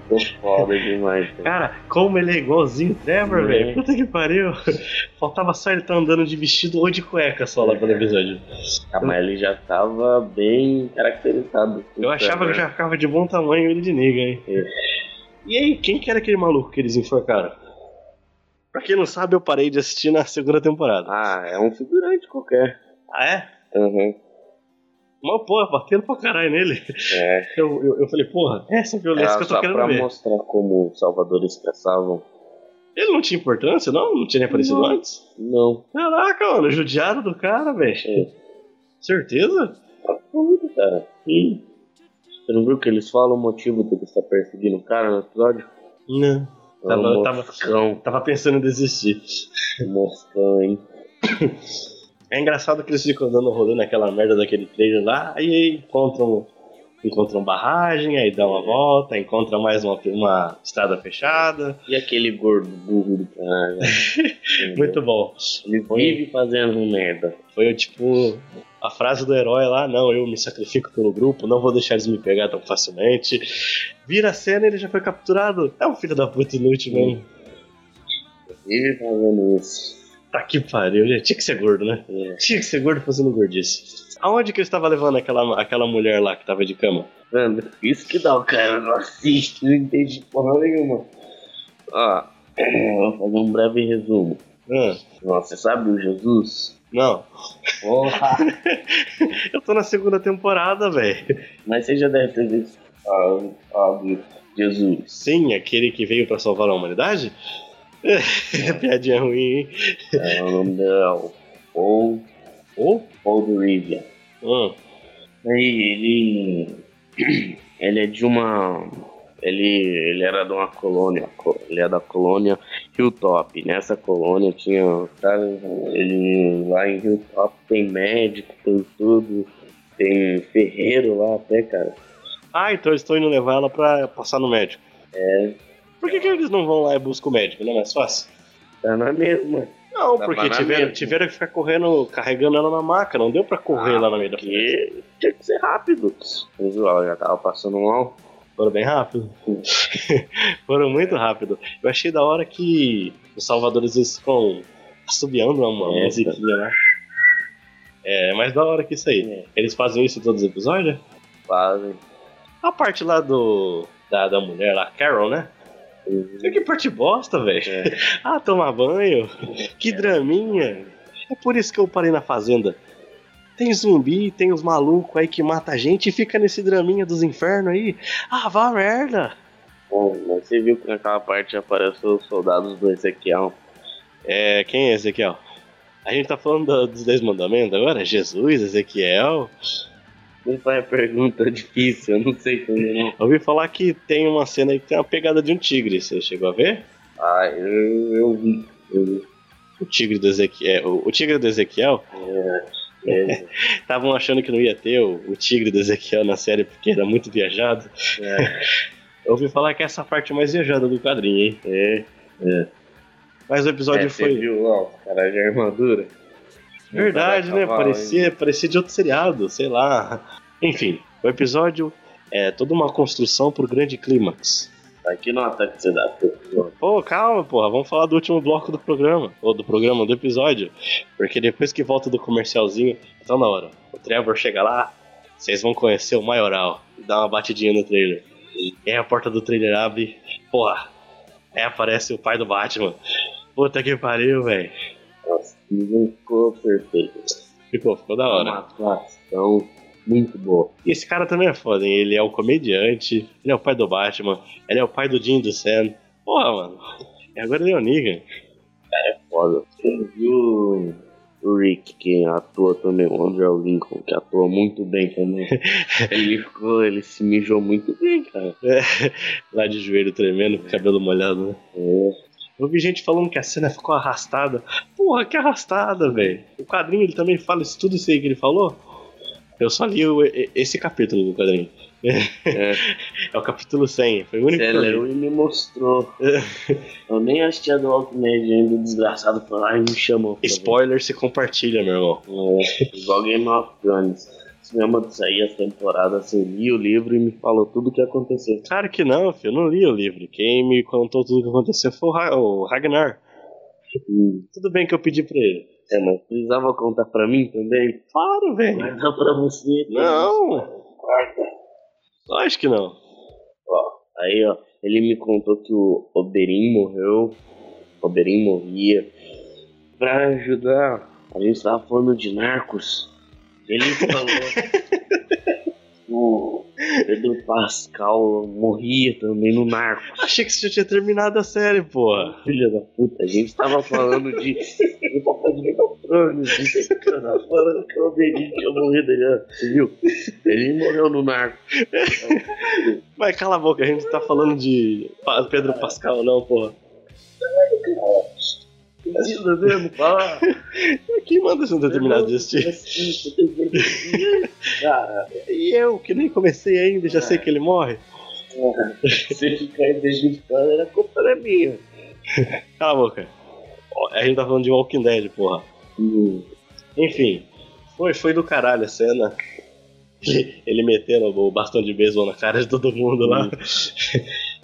B: foda demais, cara.
A: Cara, como ele é igualzinho o Trevor,
B: É.
A: velho. Puta que pariu. Faltava só ele tá andando de vestido ou de cueca só lá pelo episódio.
B: Ah, mas ele já tava bem caracterizado.
A: Eu achava que eu já ficava de bom tamanho ele de nega, hein?
B: É.
A: E aí, quem que era aquele maluco que eles enforcaram? Pra quem não sabe, eu parei de assistir na segunda temporada.
B: Ah, é um figurante qualquer.
A: Ah, é?
B: Uhum.
A: Mas, porra, batendo pra caralho nele.
B: É.
A: Eu, eu, eu falei, porra, é essa violência
B: Era
A: que eu
B: Ah, só
A: tô
B: pra
A: querendo ver.
B: mostrar como os salvadores caçavam.
A: Ele não tinha importância, não? Não tinha nem aparecido
B: Não.
A: antes?
B: Não,
A: Caraca, mano, judiado do cara, velho.
B: É.
A: Certeza?
B: tudo, cara. E você não viu que eles falam o motivo de ele estar perseguindo o cara no episódio?
A: Não.
B: É
A: Tava-
B: um
A: tava-
B: moscão,
A: Tava pensando em desistir.
B: um moscão, hein?
A: É engraçado que eles ficam dando rolê naquela merda daquele trailer lá, aí, aí encontram, encontram barragem, aí dá uma volta, encontra mais uma, uma estrada fechada.
B: E aquele gordo burro do caralho. Entendeu?
A: Muito bom.
B: Ele vive fazendo merda.
A: Foi tipo a frase do herói lá, não, eu me sacrifico pelo grupo, não vou deixar eles me pegar tão facilmente. Vira a cena e ele já foi capturado. É um filho da puta inútil mesmo.
B: Vive fazendo isso.
A: Tá que pariu, gente. Tinha que ser gordo, né?
B: É.
A: Tinha que ser gordo fazendo gordice. Aonde que ele estava levando aquela, aquela mulher lá que tava de cama?
B: Mano, isso que dá o cara não assiste, não entende porra nenhuma. Ó, vou fazer um breve resumo.
A: Hã?
B: Nossa, você sabe o Jesus?
A: Ah, não.
B: Porra!
A: Eu tô na segunda temporada, velho.
B: Mas você já deve ter visto algo algo Jesus.
A: Sim, aquele que veio pra salvar a humanidade? É, Piadinha ruim, hein?
B: É o nome dele é o Paul,
A: Ou?
B: Paul do Rivia.
A: Hum,
B: Aí ele. Ele é de uma. Ele, ele era de uma colônia, co- ele é da colônia Hilltop. Nessa colônia tinha. Cara, ele, lá em Hilltop tem médico, tem tudo, tem ferreiro lá até, cara.
A: Ah, então eles estão indo levar ela pra passar no médico.
B: É,
A: Por que, que eles não vão lá e buscam o médico? Não é mais fácil?
B: tá na mesma.
A: Não,
B: Dá
A: porque
B: pra na
A: tiveram,
B: mesma.
A: tiveram que ficar correndo, carregando ela na maca. Não deu pra correr
B: Ah,
A: lá no meio da frente.
B: Porque tinha que ser rápido. Mas ó, já tava passando mal.
A: Foram bem rápido. Foram muito rápido. Eu achei da hora que os salvadores eles ficam um, tá assobiando uma
B: É,
A: musiquinha lá. É, mais da hora que isso aí.
B: É.
A: Eles fazem isso em todos os episódios?
B: Quase.
A: A parte lá do. Da, da mulher lá, Carol, né? Olha Que parte bosta, velho.
B: Uhum. É.
A: Ah, tomar banho. Que draminha. É por isso que eu parei na fazenda. Tem zumbi, tem os malucos aí que mata a gente e fica nesse draminha dos infernos aí. Ah, vá merda.
B: Bom, mas você viu que naquela parte apareceu os soldados do Ezequiel.
A: É, quem é Ezequiel? A gente tá falando do- dos Dez Mandamentos agora? Jesus, Ezequiel.
B: Não faz pergunta difícil, eu não sei como não.
A: Eu ouvi falar que tem uma cena aí que tem uma pegada de um tigre. Você chegou a ver?
B: Ah, eu, eu vi. Eu vi.
A: O tigre do Ezequiel. é, O, o tigre do Ezequiel.
B: É, mesmo.
A: Estavam achando que não ia ter o, o tigre do Ezequiel na série porque era muito viajado.
B: É.
A: Eu ouvi falar que essa é a parte mais viajada do quadrinho, hein?
B: É,
A: Mas o
B: é,
A: episódio
B: você
A: foi.
B: viu lá os caras de armadura?
A: Verdade, né?
B: Cavalo,
A: Parecia, parecia de outro seriado, sei lá. Enfim, o episódio é toda uma construção pro grande clímax.
B: Tá aqui no ataque você dá pro episódio.
A: Pô, calma, porra, vamos falar do último bloco do programa, ou do programa, do episódio, porque depois que volta do comercialzinho, então na hora, o Trevor chega lá, vocês vão conhecer o Maioral, e dá uma batidinha no trailer. E aí a porta do trailer abre, porra, aí aparece o pai do Batman. Puta que pariu, velho.
B: Nossa, não ficou perfeito.
A: Ficou, ficou da hora.
B: Uma atuação muito boa.
A: E esse cara também é foda, hein? Ele é o comediante, ele é o pai do Batman, ele é o pai do Jim do Sam. Porra, mano. E agora ele é o Negan.
B: Foda. Você viu o Rick, que atua também, o Andrew Lincoln, que atua muito bem também. ele ficou, ele se mijou muito bem, cara.
A: Lá de joelho tremendo, com o cabelo molhado, né?
B: É.
A: Eu vi gente falando que a cena ficou arrastada. Porra, que arrastada, velho. O quadrinho ele também fala isso tudo isso aí que ele falou. Eu só li o- e- esse capítulo do quadrinho.
B: É.
A: É o capítulo 100. Foi o único.
B: Você
A: que eu li.
B: leu e me mostrou. Eu nem assisti a do Walking Dead ainda, o desgraçado foi lá e me chamou. pra ver.
A: Spoiler se compartilha, meu irmão.
B: É, igual Game of Thrones. Cinema de sair as temporadas, assim, li o livro e me falou tudo o que aconteceu.
A: Claro que não, filho. Eu não li o livro. Quem me contou tudo o que aconteceu foi o Ra- o Ragnar.
B: Hum,
A: Tudo bem que eu pedi pra ele.
B: É, mas precisava contar pra mim também?
A: Claro, velho.
B: Mas dá pra você. tá?
A: Não. Lógico que não.
B: Ó, aí, ó, ele me contou que o Oberyn morreu. O Oberyn morria. Pra ajudar, a gente tava falando de narcos. Ele falou. o Pedro Pascal morria também no narco.
A: Achei que você já tinha terminado a série, porra.
B: Filha da puta, a gente tava falando de. Eu tava de Game of Thrones, de cara, falando que o Oberyn tinha morrido já. Você viu? Ele morreu no narco.
A: Vai, cala a boca, a gente tá falando de Pa- Pedro Pascal, não, porra.
B: Precisa mesmo falar.
A: Quem manda você não ter terminado de assistir?
B: Cara,
A: E eu, que nem comecei ainda, já sei que ele morre.
B: se ficar aí desvistando, a culpa não é minha.
A: Cala a boca. Ó, A gente tá falando de Walking Dead, porra.
B: Hum.
A: Enfim, foi, foi do caralho a cena. Ele, ele metendo o bastão de beisebol na cara de todo mundo
B: Hum.
A: lá.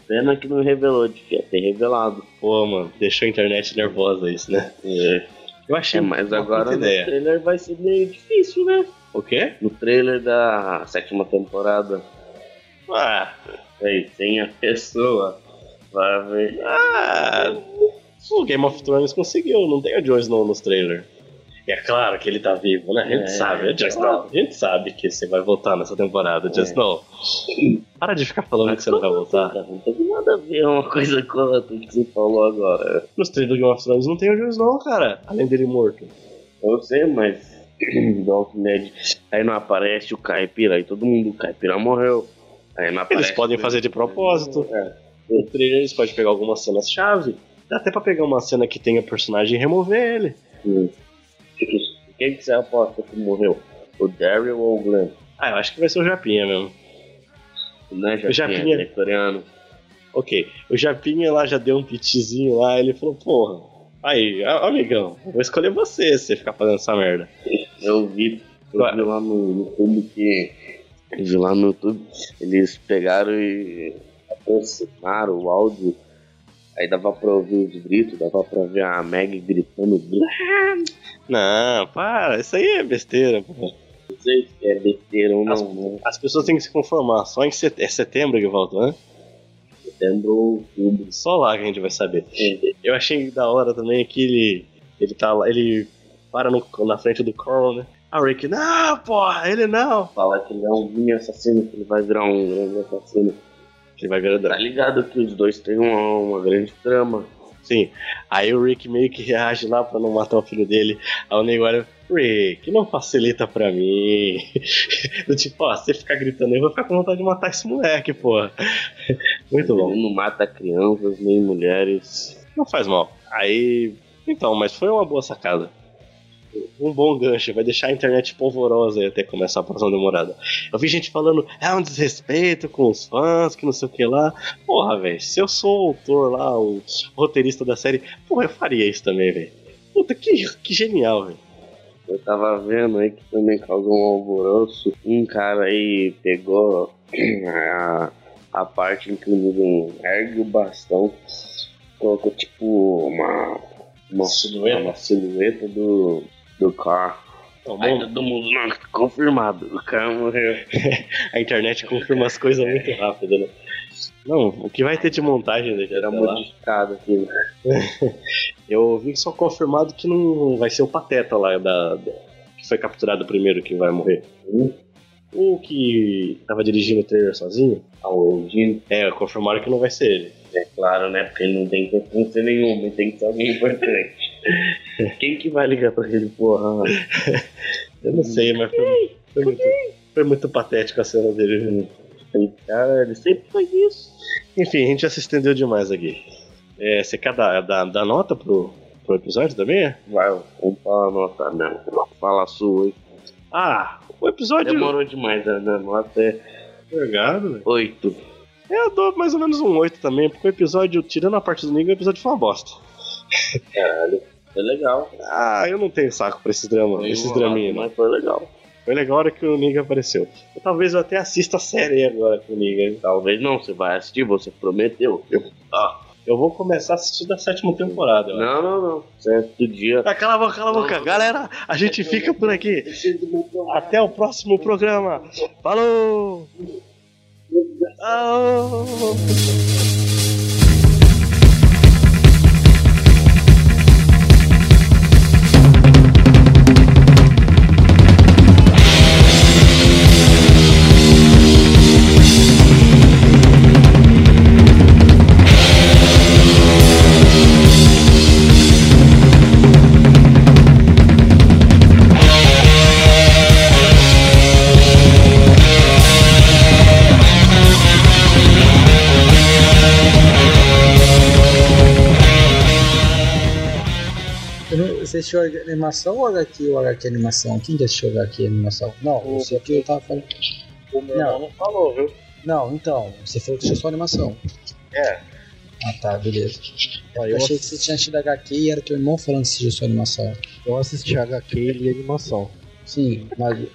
B: Pena que não revelou, devia ter revelado.
A: Pô, mano, deixou a internet nervosa isso, né?
B: É,
A: Eu achei
B: mas
A: uma
B: agora
A: puta
B: no
A: ideia.
B: trailer vai ser meio difícil, né?
A: O quê?
B: No trailer da sétima temporada,
A: Ah,
B: aí tem a pessoa. Vai ver.
A: ah, o Game of Thrones conseguiu, não tem o Jon Snow nos trailers. E é claro que ele tá vivo, né? A gente
B: É,
A: sabe, é Jon
B: é
A: Snow. A gente sabe que você vai voltar nessa temporada, Jon
B: É.
A: Snow. Para de ficar falando que você não vai voltar.
B: Cara, não tem nada a ver uma coisa com a outra que você falou agora.
A: Nos trailers do Game of Thrones não tem o Jon Snow, cara. Além dele morto.
B: Eu sei, mas. Walking Dead. Aí não aparece o caipira, aí todo mundo, o caipira morreu. Aí
A: Eles
B: não aparece.
A: podem fazer de propósito.
B: É.
A: No trailer eles podem pegar algumas cenas-chave. Dá até pra pegar uma cena que tenha personagem e remover ele.
B: Quem que você aposta que morreu? O Daryl ou o Glenn?
A: Ah, eu acho que vai ser o Japinha mesmo.
B: Não é
A: O Japinha.
B: Japinha, ele é coreano.
A: Ok, o Japinha lá já deu um pitizinho lá, ele falou, porra, aí, a- amigão, vou escolher você se você ficar fazendo essa merda.
B: Eu vi, eu vi lá no YouTube que. Eu vi lá no YouTube, eles pegaram e aproximaram o áudio. Aí dava pra ouvir os gritos, dava pra ver a Meg gritando "Glenn",
A: Não, para, isso aí é besteira, pô.
B: que é besteira ou
A: As-
B: não, né?
A: As pessoas têm que se conformar, só em set... é setembro que volta, né?
B: Lembrou tudo.
A: Só lá que a gente vai saber. Eu achei da hora também que ele, ele tá lá, ele para no- na frente do Coral, né? A Rick, não, porra, ele não.
B: Falar que ele é um mini assassino, que ele vai virar um grande assassino.
A: Ele vai virar
B: Tá ligado que os dois têm uma, uma grande trama.
A: Sim. Aí o Rick meio que reage lá pra não matar o filho dele. Aí o nego olha, Rick, não facilita pra mim. Do tipo, ó, se você ficar gritando, eu vou ficar com vontade de matar esse moleque, porra. Muito bom.
B: Ele não mata crianças nem mulheres.
A: Não faz mal. Aí. Então, mas foi uma boa sacada. Um bom gancho, vai deixar a internet polvorosa aí até começar a próxima demorada. Eu vi gente falando, é um desrespeito com os fãs, que não sei o que lá. Porra, velho, se eu sou o autor lá, o roteirista da série, porra, eu faria isso também, velho. Puta, que, que genial, velho.
B: Eu tava vendo aí que também causou um alvoroço. Um cara aí pegou a, a parte em que o Negan ergue o bastão, colocou tipo uma, uma
A: Silhueta.
B: uma silhueta do, do carro. Aí
A: Tomou,
B: todo mundo, não, confirmado, o cara morreu.
A: a internet confirma as coisas muito rápido, né? Não, o que vai ter de montagem daqui
B: Era
A: até lá?
B: Tá modificado aquilo.
A: Eu ouvi só confirmado que não vai ser o Pateta lá da, da- que foi capturado primeiro que vai morrer. O que tava dirigindo o trailer sozinho?
B: Ah, o Gino,
A: É, confirmaram que não vai ser ele.
B: é claro, né? Porque ele não tem importância nenhuma, ele tem que ser alguém importante. Quem que vai ligar pra ele, porra?
A: Eu não sei, mas foi, foi muito, foi muito patético a cena dele.
B: Cara, ele sempre faz isso.
A: Enfim, a gente já se estendeu demais aqui. É, você quer dar, dar- dar nota pro, pro episódio também?
B: Vai, vamos falar a nota, não. Fala a sua. hein?
A: Ah, o episódio.
B: Demorou demais, né? A nota é
A: Obrigado, velho.
B: Oito.
A: Eu dou mais ou menos um 8 também, porque o episódio, tirando a parte do Ninga, o episódio foi uma bosta.
B: Foi legal.
A: Ah, eu não tenho saco pra esses dramas,
B: um
A: esses né? draminhos, não.
B: Mas foi legal.
A: Foi legal a hora que o Ninga apareceu. Eu, talvez eu até assista a série agora com o Ninga.
B: Talvez não, você vai assistir, você prometeu. Eu- Ah,
A: Eu vou começar a assistir da sétima temporada. eu acho.
B: não, não, não. Certo dia.
A: Ah, cala a boca, cala a boca. Galera, a gente fica por aqui. Até o próximo programa. Falou! Aô!
D: Eu não- Você assistiu a animação ou HQ ou HQ é animação? Quem que assistiu HQ animação? Não, você aqui eu tava falando.
A: O meu irmão não falou, viu?
D: Não, então, você falou que assistiu só animação.
A: É.
D: Ah tá, beleza.
C: Ó,
D: Eu
C: Tá, eu,
D: achei que você tinha assistido HQ e era teu irmão falando que assistiu só animação.
C: eu assisti HQ e li animação.
D: Sim, mas.